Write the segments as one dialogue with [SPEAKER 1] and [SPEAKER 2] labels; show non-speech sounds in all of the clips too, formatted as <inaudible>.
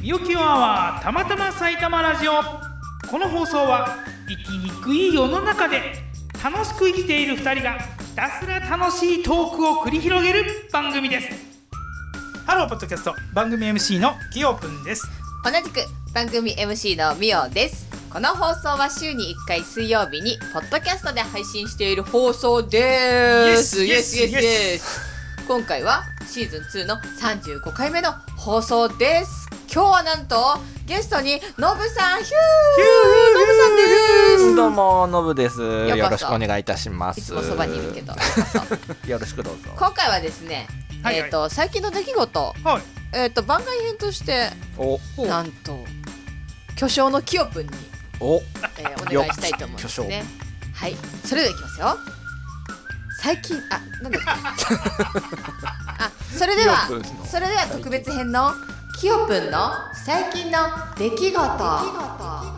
[SPEAKER 1] ぴよきよアワーたまたま埼玉ラジオこの放送は生きにくい世の中で楽しく生きている2人がひたすら楽しいトークを繰り広げる番組ですハローポッドキャスト番組 MC のきよぷんです
[SPEAKER 2] 同じく番組 MC のみおですこの放送は週に1回水曜日にポッドキャストで配信している放送です
[SPEAKER 1] イエス
[SPEAKER 2] イエス
[SPEAKER 1] イエス
[SPEAKER 2] イエス今回はシーズン2の35回目の放送です今日はなんとゲストにのぶさんヒューのぶさんです
[SPEAKER 3] どうもノブですよ
[SPEAKER 2] こそ
[SPEAKER 3] ろしくお願いいたします
[SPEAKER 2] いつもそばにいるけ
[SPEAKER 1] <laughs>
[SPEAKER 2] ど
[SPEAKER 3] <laughs> よろしくどうぞ
[SPEAKER 2] 今回はですね、
[SPEAKER 1] はい
[SPEAKER 2] えっ、
[SPEAKER 1] はい
[SPEAKER 2] と最近の出来事
[SPEAKER 1] はい
[SPEAKER 2] えっ、と番外編として
[SPEAKER 3] お
[SPEAKER 1] お
[SPEAKER 2] なんと巨匠のきよぷんに
[SPEAKER 3] お
[SPEAKER 2] えーお願いしたいと思うんですね。はい、それではいきますよ。最近、あ、
[SPEAKER 1] <laughs>
[SPEAKER 2] なんだっけ。あ、それでは
[SPEAKER 3] キヨプン、の
[SPEAKER 2] それでは特別編のキヨプンの最近の出来事。
[SPEAKER 1] は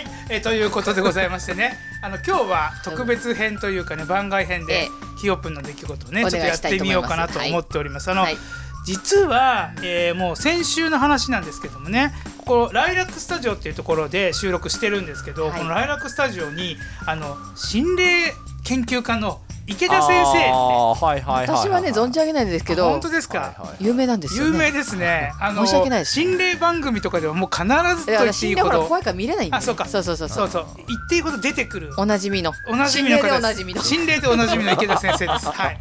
[SPEAKER 1] い、えーということでございましてねあの今日は特別編というかね番外編
[SPEAKER 2] え
[SPEAKER 1] で
[SPEAKER 2] え
[SPEAKER 1] キヨプンの出来事をねちょ
[SPEAKER 2] お
[SPEAKER 1] っと
[SPEAKER 2] 願い
[SPEAKER 1] やっ
[SPEAKER 2] したい
[SPEAKER 1] て
[SPEAKER 2] と
[SPEAKER 1] み
[SPEAKER 2] 思います
[SPEAKER 1] ようかなと思っております。あの、
[SPEAKER 2] はい、
[SPEAKER 1] 実は、えーもう先週の話なんですけどもねここライラックスタジオっていうところで収録してるんですけど、
[SPEAKER 2] はい
[SPEAKER 1] このライラックスタジオにあの心霊研究家の池田先生
[SPEAKER 3] あーはいはいはい
[SPEAKER 2] 私はね、存じ上げないんですけ
[SPEAKER 1] あ
[SPEAKER 2] ど
[SPEAKER 1] 本当、ですか、
[SPEAKER 3] はいはい
[SPEAKER 2] 有名なんですよ
[SPEAKER 1] 有名
[SPEAKER 2] ね。
[SPEAKER 1] ですね。あの
[SPEAKER 2] 申し訳ないですね
[SPEAKER 1] 心霊番組とかではもう必ずと
[SPEAKER 2] だか
[SPEAKER 1] 言
[SPEAKER 2] ら
[SPEAKER 1] っていい
[SPEAKER 2] 心霊
[SPEAKER 1] ほ
[SPEAKER 2] ほら
[SPEAKER 1] ど、
[SPEAKER 2] 怖いから見れないんで、
[SPEAKER 1] あそうか
[SPEAKER 2] そうそうそう
[SPEAKER 1] そうそう言っていいほど出てくる
[SPEAKER 2] おなじみの。
[SPEAKER 1] おなじみの
[SPEAKER 2] 心霊で
[SPEAKER 1] 方
[SPEAKER 2] おなじみ
[SPEAKER 1] で
[SPEAKER 2] の。
[SPEAKER 1] す。心霊でおなじみの池田先生です。はい。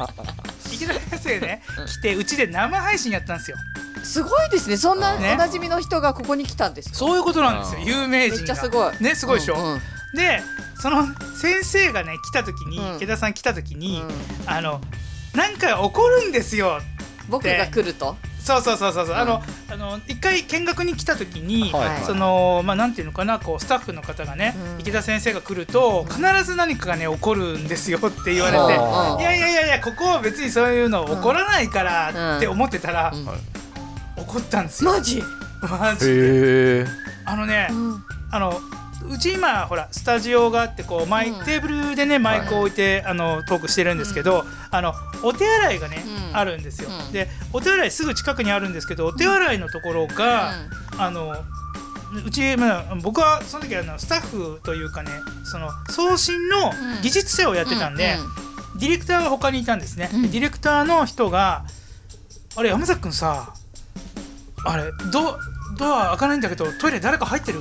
[SPEAKER 1] 池田先生ね、来てうちで生配信やったんですよ。
[SPEAKER 2] すごいですね。そんなお
[SPEAKER 1] ね
[SPEAKER 2] なじみの人がここに来たんですか。
[SPEAKER 1] そういうことなんですよ。
[SPEAKER 3] あー
[SPEAKER 1] 有名人
[SPEAKER 2] め
[SPEAKER 1] が。
[SPEAKER 2] っちゃすごい。
[SPEAKER 1] ね、すごいでしょ。
[SPEAKER 2] うんうん
[SPEAKER 1] で、その先生がね来た時に、
[SPEAKER 2] うん
[SPEAKER 1] 池田さん来た時に、
[SPEAKER 2] うん
[SPEAKER 1] あのなんか起こるんですよ。
[SPEAKER 2] 僕が来ると。
[SPEAKER 1] そうそうそうそうそう、
[SPEAKER 2] うん
[SPEAKER 1] あのあの一回見学に来た時に、
[SPEAKER 3] はい
[SPEAKER 2] はい
[SPEAKER 1] そのまあなんていうのかなこうスタッフの方がね、
[SPEAKER 2] うん
[SPEAKER 1] 池田先生が来ると必ず何かがね起こるんですよって言われて、
[SPEAKER 3] は
[SPEAKER 1] いうやいやいやいやここは別にそういうの起こらないからって思ってたら、
[SPEAKER 2] うん
[SPEAKER 1] 怒ったんですよ。
[SPEAKER 2] マジ、
[SPEAKER 1] マジで
[SPEAKER 3] へえ
[SPEAKER 1] あのね、
[SPEAKER 2] うん
[SPEAKER 1] あのうち今ほらスタジオがあってこうマイ、
[SPEAKER 2] うん
[SPEAKER 1] テーブルでねマイクを置いて、あのトークしてるんですけど、あのお手洗いがね、
[SPEAKER 2] うん
[SPEAKER 1] あるんですよ。
[SPEAKER 2] うん
[SPEAKER 1] でお手洗いすぐ近くにあるんですけどお手洗いのところが、あのうち、まあ、僕はその時あのスタッフというかねその送信の
[SPEAKER 2] うん
[SPEAKER 1] 技術者をやってたんで、ディレクターが他にいたんですね。
[SPEAKER 2] うん
[SPEAKER 1] ディレクターの人があれ山崎君さあれドドア開かないんだけどトイレ誰か入ってる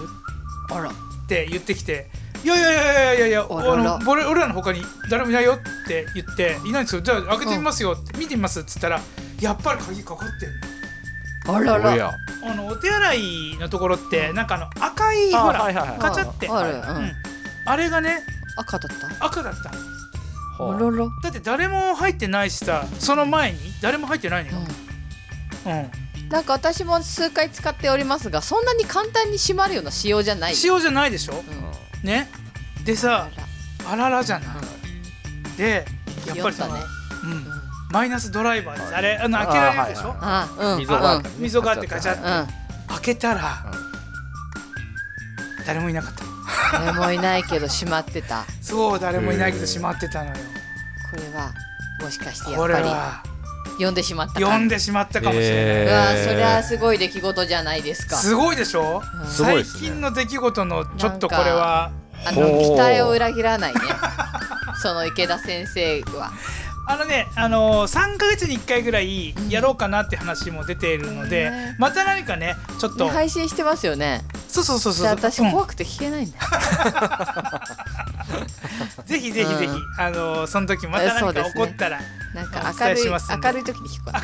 [SPEAKER 2] あら
[SPEAKER 1] って言ってきて「いやいやいやいやいやいや
[SPEAKER 2] あらら
[SPEAKER 1] あの俺俺らの他に誰もいないよ」って言って「いないんですよじゃあ開けてみますよ」って、見てみます」っつったら「やっぱり鍵かかってる
[SPEAKER 2] あら
[SPEAKER 3] お
[SPEAKER 2] ら
[SPEAKER 3] や
[SPEAKER 1] あのお手洗いのところって、なんかあの赤い
[SPEAKER 3] あ
[SPEAKER 1] ほら、
[SPEAKER 3] はいはいはい
[SPEAKER 1] カチャって、
[SPEAKER 2] ある、
[SPEAKER 1] う
[SPEAKER 2] うんん、
[SPEAKER 1] あれがね
[SPEAKER 2] 赤だった
[SPEAKER 1] 赤だったの
[SPEAKER 2] あ
[SPEAKER 3] は
[SPEAKER 2] らら、うん、
[SPEAKER 1] だって誰も入ってないしさその前に誰も入ってないのよ、うん
[SPEAKER 2] なんか私も数回使っておりますがそんなに簡単に閉まるような仕様じゃない
[SPEAKER 1] 仕様じゃないでしょ
[SPEAKER 2] うん
[SPEAKER 1] ねでさ
[SPEAKER 2] あら
[SPEAKER 1] あららじゃない、でやっぱりその、
[SPEAKER 2] 気温
[SPEAKER 1] うん
[SPEAKER 2] だね、
[SPEAKER 1] マイナスドライバーです、
[SPEAKER 3] はい
[SPEAKER 1] あれあの開けられるでしょ、
[SPEAKER 3] あはいはい
[SPEAKER 2] あうん
[SPEAKER 3] 溝があっ
[SPEAKER 2] うん
[SPEAKER 3] た
[SPEAKER 1] 溝があってガチャッ
[SPEAKER 2] うん、
[SPEAKER 1] 開けたら、誰もいなかった
[SPEAKER 2] 誰もいないけど閉まってた
[SPEAKER 1] そう誰もいないけど
[SPEAKER 3] へー
[SPEAKER 1] 閉まってたのよ
[SPEAKER 2] これはもしかしてや
[SPEAKER 1] こ
[SPEAKER 2] っ
[SPEAKER 1] れ
[SPEAKER 2] ぱ
[SPEAKER 1] は
[SPEAKER 2] り呼んでしまった
[SPEAKER 1] 読ん
[SPEAKER 2] で
[SPEAKER 1] でしまったかもしれない、
[SPEAKER 2] うわーそれは
[SPEAKER 3] す
[SPEAKER 2] すごい出来事じゃないですか
[SPEAKER 1] すごいでしょ、
[SPEAKER 2] うん
[SPEAKER 3] すご
[SPEAKER 1] 最
[SPEAKER 3] いですね
[SPEAKER 1] 近の出来事のちょっとこれは
[SPEAKER 2] あの
[SPEAKER 3] ほ
[SPEAKER 2] 期
[SPEAKER 3] う
[SPEAKER 2] 待を裏切らないねその池田先生は
[SPEAKER 1] あのねあのー、3か月に1回ぐらい
[SPEAKER 2] うん
[SPEAKER 1] やろうかなって話も出ているので、
[SPEAKER 2] ね
[SPEAKER 1] また何かねちょっと、
[SPEAKER 2] ね配信してますよね
[SPEAKER 1] そうそうそう
[SPEAKER 2] じ
[SPEAKER 1] そう
[SPEAKER 2] ゃあ
[SPEAKER 1] う
[SPEAKER 2] 私
[SPEAKER 1] ん
[SPEAKER 2] 怖くて聞け
[SPEAKER 1] <laughs>
[SPEAKER 2] ないんだ
[SPEAKER 1] ぜひぜひぜひ、
[SPEAKER 2] うん
[SPEAKER 1] あのー、その時また
[SPEAKER 2] そ
[SPEAKER 1] 何
[SPEAKER 2] うで
[SPEAKER 1] か
[SPEAKER 2] すね
[SPEAKER 1] 起こった
[SPEAKER 2] <laughs>
[SPEAKER 1] ら、
[SPEAKER 2] なんか
[SPEAKER 1] お
[SPEAKER 2] 明
[SPEAKER 1] 伝え
[SPEAKER 2] るい
[SPEAKER 1] しますんで
[SPEAKER 2] 明るい時に聞くわ。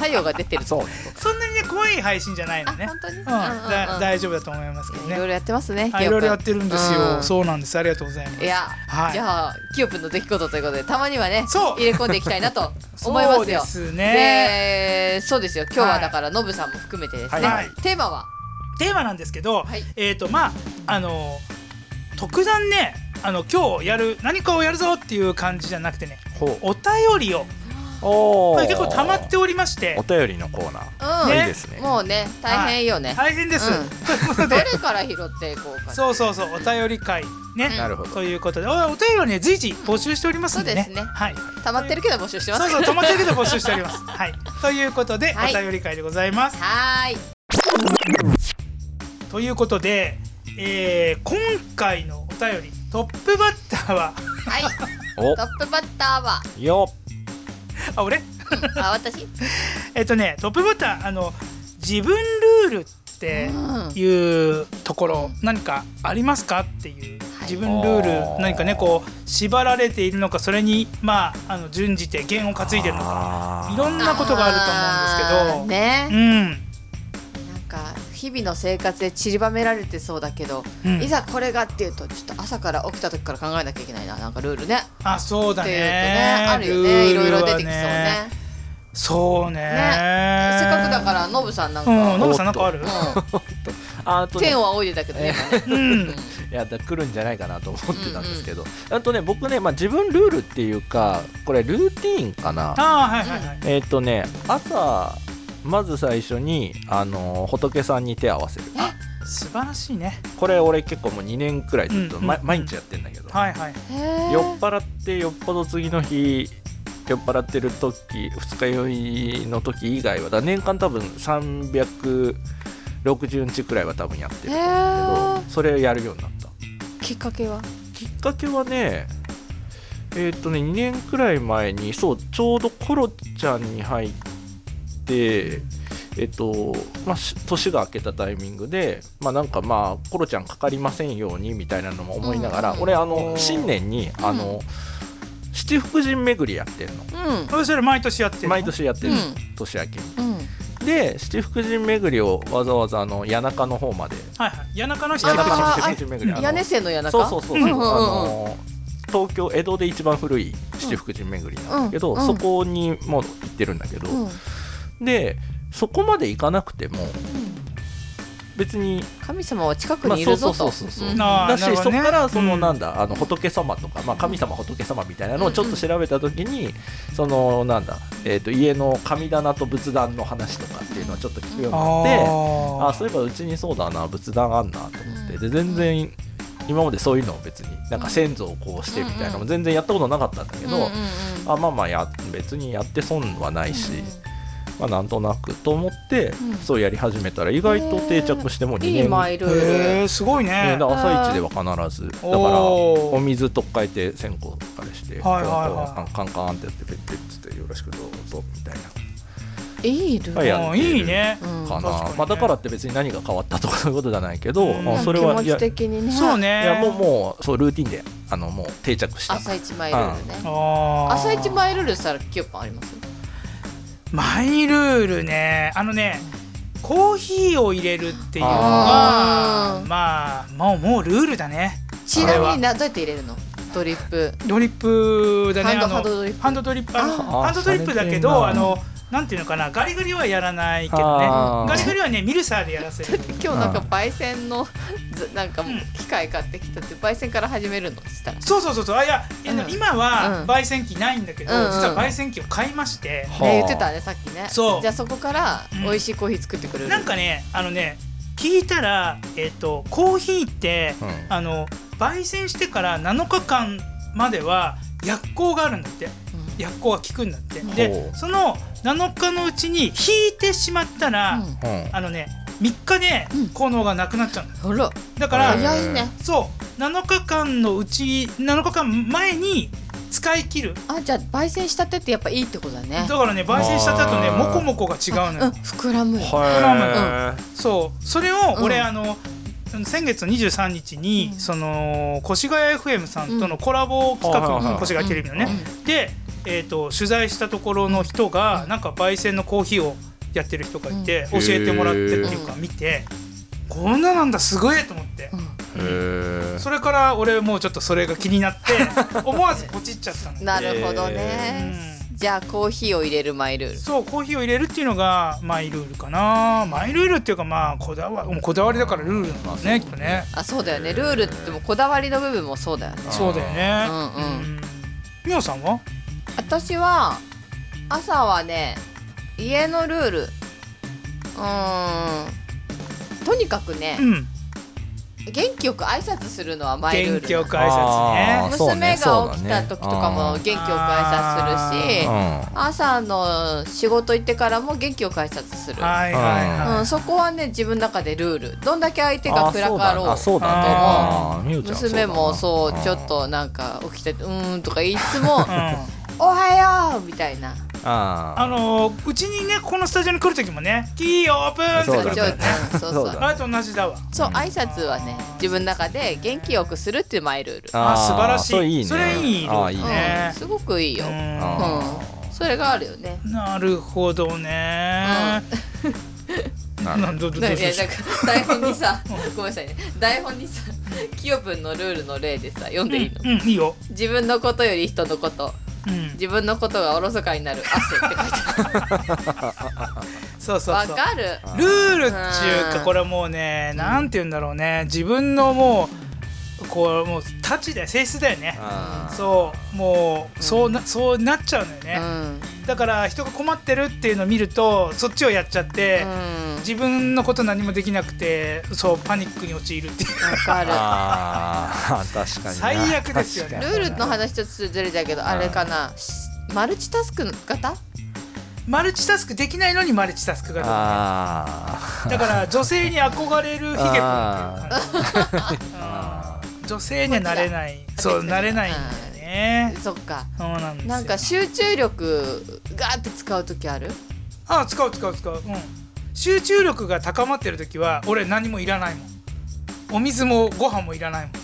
[SPEAKER 2] 太陽が出てる。
[SPEAKER 3] そう
[SPEAKER 1] そんなにね怖い配信じゃないの
[SPEAKER 2] あ
[SPEAKER 1] ね
[SPEAKER 2] 本当に。
[SPEAKER 1] うん、
[SPEAKER 2] うん
[SPEAKER 1] だ
[SPEAKER 2] うんうん
[SPEAKER 1] 大丈夫だと思いますけど
[SPEAKER 2] いろい
[SPEAKER 1] ね
[SPEAKER 2] ろやってますね。
[SPEAKER 1] あいろいろやっ
[SPEAKER 2] キ
[SPEAKER 1] てるんですよ、
[SPEAKER 2] うん
[SPEAKER 1] そうなんですありがとうございま
[SPEAKER 2] ヨ
[SPEAKER 1] す
[SPEAKER 2] 君いや、
[SPEAKER 1] はい
[SPEAKER 2] じゃあキヨプの出来事ということでたまにはね
[SPEAKER 1] そう
[SPEAKER 2] 入れ込んでいきたいなと思いますよ。
[SPEAKER 1] そうですね
[SPEAKER 2] でそうですよ。今日
[SPEAKER 1] は
[SPEAKER 2] はいだからノブさんも含めてですね。
[SPEAKER 1] はい
[SPEAKER 2] テーマは
[SPEAKER 1] テーマなんですけど、
[SPEAKER 2] はい
[SPEAKER 1] えっ、とまああの特段ねあの今日やる何かをやるぞっていう感じじゃなくてね
[SPEAKER 3] ほう
[SPEAKER 1] お便りをこ
[SPEAKER 3] おー
[SPEAKER 1] れ結構溜まっておりまして
[SPEAKER 3] お便りのコーナー
[SPEAKER 2] うん、
[SPEAKER 1] ね
[SPEAKER 3] いいですね
[SPEAKER 2] もうね大変よね。
[SPEAKER 1] 大変です、
[SPEAKER 2] うん
[SPEAKER 1] ということ
[SPEAKER 2] ど <laughs> れ
[SPEAKER 1] で
[SPEAKER 2] から拾っていこうか。
[SPEAKER 1] そうそうそうお便り会ね、
[SPEAKER 2] うん
[SPEAKER 3] なるほど
[SPEAKER 1] ということでおお便りはね随時募集しておりますんでね
[SPEAKER 2] そうですね
[SPEAKER 1] はい
[SPEAKER 2] 溜まってるけど募集してま
[SPEAKER 1] そう
[SPEAKER 2] す。
[SPEAKER 1] そう止まってるけど募集しておりますはいということで、
[SPEAKER 2] はい
[SPEAKER 1] お便り会でございます
[SPEAKER 2] はーい。
[SPEAKER 1] ということで、えー今回のお便りトップバッターは <laughs>
[SPEAKER 2] はい
[SPEAKER 3] お
[SPEAKER 2] トップバッターは
[SPEAKER 3] よ
[SPEAKER 1] あ俺
[SPEAKER 2] あ私、
[SPEAKER 1] えっとねトップバッターあの自分ルールって
[SPEAKER 2] うん
[SPEAKER 1] いうところ何かありますかっていう
[SPEAKER 2] はい
[SPEAKER 1] 自分ルー
[SPEAKER 3] あー
[SPEAKER 1] ル何かねこう縛られているのかそれにまああの準じて弦を担いでるのか
[SPEAKER 3] か
[SPEAKER 1] いろんなことがあると思うんです
[SPEAKER 2] あ
[SPEAKER 1] け
[SPEAKER 2] ーね、
[SPEAKER 1] ど、うん
[SPEAKER 2] なんか日々の生活で散りばめられてそうだけど、
[SPEAKER 1] うん
[SPEAKER 2] いざこれがっていうとちょっと朝から起きた時から考えなきゃいけないななんかルールね
[SPEAKER 1] あそうだ
[SPEAKER 2] って
[SPEAKER 1] ね
[SPEAKER 2] いうとねあるよねい
[SPEAKER 1] ル
[SPEAKER 2] ろ
[SPEAKER 1] ー
[SPEAKER 2] い
[SPEAKER 1] ルは
[SPEAKER 2] ろ出てきそうね
[SPEAKER 1] そうね
[SPEAKER 2] ねせっかくだからノブさんなんか、
[SPEAKER 1] うん
[SPEAKER 2] うん
[SPEAKER 1] ノブさんなんかある
[SPEAKER 3] あとね
[SPEAKER 2] 天を仰いでたけどね今ね
[SPEAKER 1] うん
[SPEAKER 3] いやだ来るんじゃないかなと思ってたんですけど、あとね僕ね、まあ、自分ルールっていうかこれルーティーンかな
[SPEAKER 1] あーはいはいはい
[SPEAKER 3] えっ、とね朝まず最初に、あのー仏さんに手を合わせる
[SPEAKER 1] 素晴らしいね
[SPEAKER 3] これ俺結構もう2年くらいずっと、
[SPEAKER 1] うんうん
[SPEAKER 3] ま毎日やってんだけど、
[SPEAKER 1] はいはい
[SPEAKER 2] へー
[SPEAKER 3] 酔っ払ってよっぽど次の日酔っ払ってる時二日酔いの時以外はだから年間多分360日くらいは多分やってる
[SPEAKER 2] へ
[SPEAKER 3] け
[SPEAKER 2] ー
[SPEAKER 3] どそれをやるようになった
[SPEAKER 2] きっかけは
[SPEAKER 3] きっかけはねえーっ、とね2年くらい前にそうちょうどコロちゃんに入ってえっ、とまあし年が明けたタイミングでまあなんかまあコロちゃんかかりませんようにみたいなのも思いながら、
[SPEAKER 2] うんうん
[SPEAKER 3] 俺あ
[SPEAKER 1] お
[SPEAKER 3] の
[SPEAKER 1] ー
[SPEAKER 3] 新年にあの、七福神巡りやってるの
[SPEAKER 2] うんうん
[SPEAKER 1] それ毎年やってるの
[SPEAKER 3] 毎年やってる、
[SPEAKER 2] うん
[SPEAKER 3] 年明けにで七福神巡りをわざわざあの谷中の方まで
[SPEAKER 1] はいはい谷中の七
[SPEAKER 3] 谷
[SPEAKER 1] 福
[SPEAKER 3] 中の
[SPEAKER 1] 神
[SPEAKER 3] 七福神巡り
[SPEAKER 1] あ
[SPEAKER 3] あの
[SPEAKER 2] 屋根線の谷中
[SPEAKER 3] そうそうそう、
[SPEAKER 1] うんうん
[SPEAKER 2] うんうん
[SPEAKER 3] あの東京江戸で一番古い七福神巡りなんだけど、
[SPEAKER 2] うんうん
[SPEAKER 3] そこにも行ってるんだけど、
[SPEAKER 2] うんうん
[SPEAKER 3] でそこまで行かなくても別に
[SPEAKER 2] 神様は近くにいるぞと、
[SPEAKER 3] まあそうそうそうそう
[SPEAKER 2] うん
[SPEAKER 1] あー
[SPEAKER 3] だし、
[SPEAKER 1] なるほ
[SPEAKER 3] そ
[SPEAKER 1] ど
[SPEAKER 3] こ
[SPEAKER 1] ね
[SPEAKER 3] からその
[SPEAKER 1] うん
[SPEAKER 3] なんだ、あの仏様とか、まあ、神様仏様みたいなのをちょっと調べた時に、そのなんだ、えー、と家の神棚と仏壇の話とかっていうのをちょっと聞くようになっ
[SPEAKER 1] あ
[SPEAKER 3] て。あそういえばうちにそうだな仏壇あんなと思って、
[SPEAKER 2] うん
[SPEAKER 3] で全然今までそういうのを別になんか先祖をこうしてみたいなの
[SPEAKER 2] うんう
[SPEAKER 3] も全然やったことなかったんだけど、
[SPEAKER 2] うんうんうん
[SPEAKER 3] あまあまあや別にやって損はないし、まあ、なんとなくと思って、
[SPEAKER 2] うん
[SPEAKER 3] そうやり始めたら意外と定着してもう2年
[SPEAKER 2] いいマイルール、
[SPEAKER 1] へえすごいね
[SPEAKER 3] ねだから朝一では必ずだから
[SPEAKER 1] おー
[SPEAKER 3] お水とっかえて線香とかでして、
[SPEAKER 1] はいはいはい
[SPEAKER 3] こうカンカンカンってやってペッペッつってよろしくどうぞみたいない
[SPEAKER 2] いルール、
[SPEAKER 3] はいや
[SPEAKER 1] うんいいね
[SPEAKER 2] うん
[SPEAKER 3] か
[SPEAKER 1] 確
[SPEAKER 3] な、
[SPEAKER 1] かにね
[SPEAKER 3] まあ、だからって別に何が変わったとかそういうことじゃないけど、
[SPEAKER 1] うん
[SPEAKER 3] あそれは
[SPEAKER 2] 気
[SPEAKER 3] い
[SPEAKER 2] 持
[SPEAKER 3] や
[SPEAKER 2] ち的にね
[SPEAKER 1] そうね
[SPEAKER 3] いやもうもうそうルーティンであのもう定着した
[SPEAKER 2] 朝一マイルールね、
[SPEAKER 1] あー
[SPEAKER 2] 朝一マイルールしたらキュッパンあります
[SPEAKER 1] マイルールねあのねコーヒーを入れるっていうの
[SPEAKER 2] あ
[SPEAKER 1] は
[SPEAKER 2] ー
[SPEAKER 1] まあもうもうルールだね
[SPEAKER 2] ちなみになどうやって入れるのドリップ
[SPEAKER 1] ドリップだね
[SPEAKER 2] ハンド
[SPEAKER 1] あの
[SPEAKER 2] ハンドドリップ
[SPEAKER 1] ハンドドリップあの
[SPEAKER 2] あ
[SPEAKER 3] ー
[SPEAKER 1] ハンドドリップだけ
[SPEAKER 3] 洒落てん
[SPEAKER 1] ど
[SPEAKER 3] な
[SPEAKER 1] あのなんていうのかなガリガリはやらないけどね
[SPEAKER 3] あー
[SPEAKER 1] ガリガリはねミルサーでやらせる
[SPEAKER 2] 今日なんか焙煎のずなんかもう機械買ってきたって焙煎から始めるのしたら
[SPEAKER 1] そうそうそうそうあいや、え
[SPEAKER 2] うん
[SPEAKER 1] 今は
[SPEAKER 2] うん
[SPEAKER 1] 焙煎機ないんだけど、
[SPEAKER 2] うんうん
[SPEAKER 1] 実は焙煎機を買いまして、
[SPEAKER 3] はあ
[SPEAKER 2] ね言ってたねさっきね
[SPEAKER 1] そう
[SPEAKER 2] じゃあそこから美味しいコーヒー作ってくれる
[SPEAKER 1] なんかねあのね聞いたらえっ、とコーヒーって、
[SPEAKER 3] うん
[SPEAKER 1] あの焙煎してから7日間までは薬効があるんだって
[SPEAKER 2] うん
[SPEAKER 1] 薬効が効くんだって
[SPEAKER 3] ほ
[SPEAKER 1] で
[SPEAKER 3] う
[SPEAKER 1] その7日のうちに引いてしまったら、
[SPEAKER 2] うん
[SPEAKER 3] うん
[SPEAKER 1] あのね3日で
[SPEAKER 2] うん
[SPEAKER 1] 効能がなくなっちゃうんだ
[SPEAKER 2] ほら
[SPEAKER 1] だから、
[SPEAKER 3] へー
[SPEAKER 2] 早いね
[SPEAKER 1] そう7日間のうち7日間前に使い切る
[SPEAKER 2] あじゃあ焙煎したてってやっぱいいってことだね
[SPEAKER 1] だからね焙煎した後ね
[SPEAKER 3] あ
[SPEAKER 1] モ
[SPEAKER 3] ー
[SPEAKER 1] コモコが違うの
[SPEAKER 2] うん
[SPEAKER 1] よ
[SPEAKER 2] 膨らむよ
[SPEAKER 3] は
[SPEAKER 1] そうそれを俺、
[SPEAKER 2] うん
[SPEAKER 1] あの先月23日に、
[SPEAKER 2] うん
[SPEAKER 1] その越谷 FM さんとのコラボ企画、
[SPEAKER 3] うん
[SPEAKER 1] 越谷テレビのね、
[SPEAKER 2] う
[SPEAKER 1] で、えー、と取材したところの人が、
[SPEAKER 2] うん
[SPEAKER 1] なんか焙煎のコーヒーをやってる人がいて、
[SPEAKER 3] うん
[SPEAKER 1] 教えてもらってっていうか
[SPEAKER 2] へー
[SPEAKER 1] 見て、こんななんだすごいと思って
[SPEAKER 2] う、ん
[SPEAKER 3] いへ
[SPEAKER 1] それから俺もうちょっとそれが気になって
[SPEAKER 2] <laughs>
[SPEAKER 1] 思わずポチっちゃったので
[SPEAKER 2] なるほどね
[SPEAKER 1] う
[SPEAKER 2] じゃあコーヒーを入れるマイルール
[SPEAKER 1] そうコーヒーを入れるっていうのがマイルールかなマイルールっていうかまあこだわもうこだわりだからルールなんだねきっとね
[SPEAKER 2] あそうだよねルールってもこだわりの部分もそうだよね
[SPEAKER 3] うん
[SPEAKER 1] そうだよね
[SPEAKER 2] うんうん
[SPEAKER 1] んみおさんは
[SPEAKER 2] 私は朝はね家のルールうーんとにかくね
[SPEAKER 1] う、ん
[SPEAKER 2] 元気よく挨拶するのはマイルールな
[SPEAKER 1] 元
[SPEAKER 2] の
[SPEAKER 1] 気よく挨拶ね
[SPEAKER 3] あーそう
[SPEAKER 2] 娘
[SPEAKER 3] ねそう
[SPEAKER 2] が
[SPEAKER 3] だね
[SPEAKER 2] 起きた時とかも
[SPEAKER 3] う
[SPEAKER 2] 元
[SPEAKER 3] ん
[SPEAKER 2] 気よく挨拶するし
[SPEAKER 1] う
[SPEAKER 3] う
[SPEAKER 2] 朝の仕事行ってからも元気よく挨拶する、
[SPEAKER 1] はいはいは
[SPEAKER 2] う
[SPEAKER 1] い
[SPEAKER 2] ん、そこはね自分の中でルールどんだけ相手が暗かろう
[SPEAKER 3] あそうだね
[SPEAKER 1] あ
[SPEAKER 3] あそうだねあーみゆちゃんそうだな
[SPEAKER 2] 娘もそうちょっ
[SPEAKER 3] あ
[SPEAKER 2] となんか起きててうーんとかいつも
[SPEAKER 1] うん
[SPEAKER 2] 「おはよう」みたいな
[SPEAKER 1] あ
[SPEAKER 3] あ
[SPEAKER 1] のーうちにねここのスタジオに来る時もね「キーオープン!」って
[SPEAKER 3] そ
[SPEAKER 1] 来る
[SPEAKER 3] うだね
[SPEAKER 1] からね
[SPEAKER 2] ちょそうそ
[SPEAKER 3] そう
[SPEAKER 2] う
[SPEAKER 3] だ
[SPEAKER 1] あれと同じだわ
[SPEAKER 2] そう挨拶はね自分の中で元気よくするっていうマイルール、
[SPEAKER 1] あ
[SPEAKER 3] ー
[SPEAKER 1] 素晴らしい
[SPEAKER 3] それい
[SPEAKER 1] それ
[SPEAKER 3] いね
[SPEAKER 1] いい
[SPEAKER 3] あーいいね
[SPEAKER 1] ね
[SPEAKER 2] うん、すごくいいよ、
[SPEAKER 1] うん
[SPEAKER 3] あ
[SPEAKER 2] うん、それがあるよね
[SPEAKER 1] なるほどね
[SPEAKER 3] ーなるほ
[SPEAKER 1] <laughs> なんどどどう
[SPEAKER 2] なん
[SPEAKER 1] でし
[SPEAKER 2] か
[SPEAKER 1] ょう
[SPEAKER 2] 台本にさごめんなさいね台本にさキヨプンのルールの例でさ読んでいいの、
[SPEAKER 1] うんうんいいよ
[SPEAKER 2] 自分のことより人のこと
[SPEAKER 1] うん
[SPEAKER 2] 自分のことがおろそかになる汗って書いてあ
[SPEAKER 1] そうそ
[SPEAKER 2] る
[SPEAKER 1] う
[SPEAKER 2] わ
[SPEAKER 1] そう
[SPEAKER 2] かる
[SPEAKER 1] ルールっちゅうかこれもうねなんて言うんだろうね自分のもうこうもうタチだよ性質だよね
[SPEAKER 3] あー
[SPEAKER 1] そうもうそうなそうなっちゃうのよ
[SPEAKER 2] う
[SPEAKER 1] ね
[SPEAKER 2] ん
[SPEAKER 1] だから人が困ってるっていうのを見るとそっちをやっちゃって
[SPEAKER 2] うん
[SPEAKER 1] 自分のこと何もできなくてそうパニックに陥るっていう
[SPEAKER 2] わかる
[SPEAKER 3] あー <laughs> 確かにな
[SPEAKER 1] 最悪ですよね
[SPEAKER 3] 確かに
[SPEAKER 2] ルールの話ちょっとずれちゃうけどあれかなマルチタスク型
[SPEAKER 1] マルチタスクできないのにマルチタスクがだ
[SPEAKER 3] あ
[SPEAKER 1] から女性に憧れるヒゲ君っていう感じ
[SPEAKER 3] あ
[SPEAKER 1] うん <laughs> 女性にはなれないそう
[SPEAKER 2] 私
[SPEAKER 1] なれないんだよね
[SPEAKER 2] そっか
[SPEAKER 1] そうなんですよ
[SPEAKER 2] なんか集中力ガーって使う時ある
[SPEAKER 1] あ使う使う使ううん集中力が高まってる時は俺何もいらないもんお水もご飯もいらない
[SPEAKER 2] なんか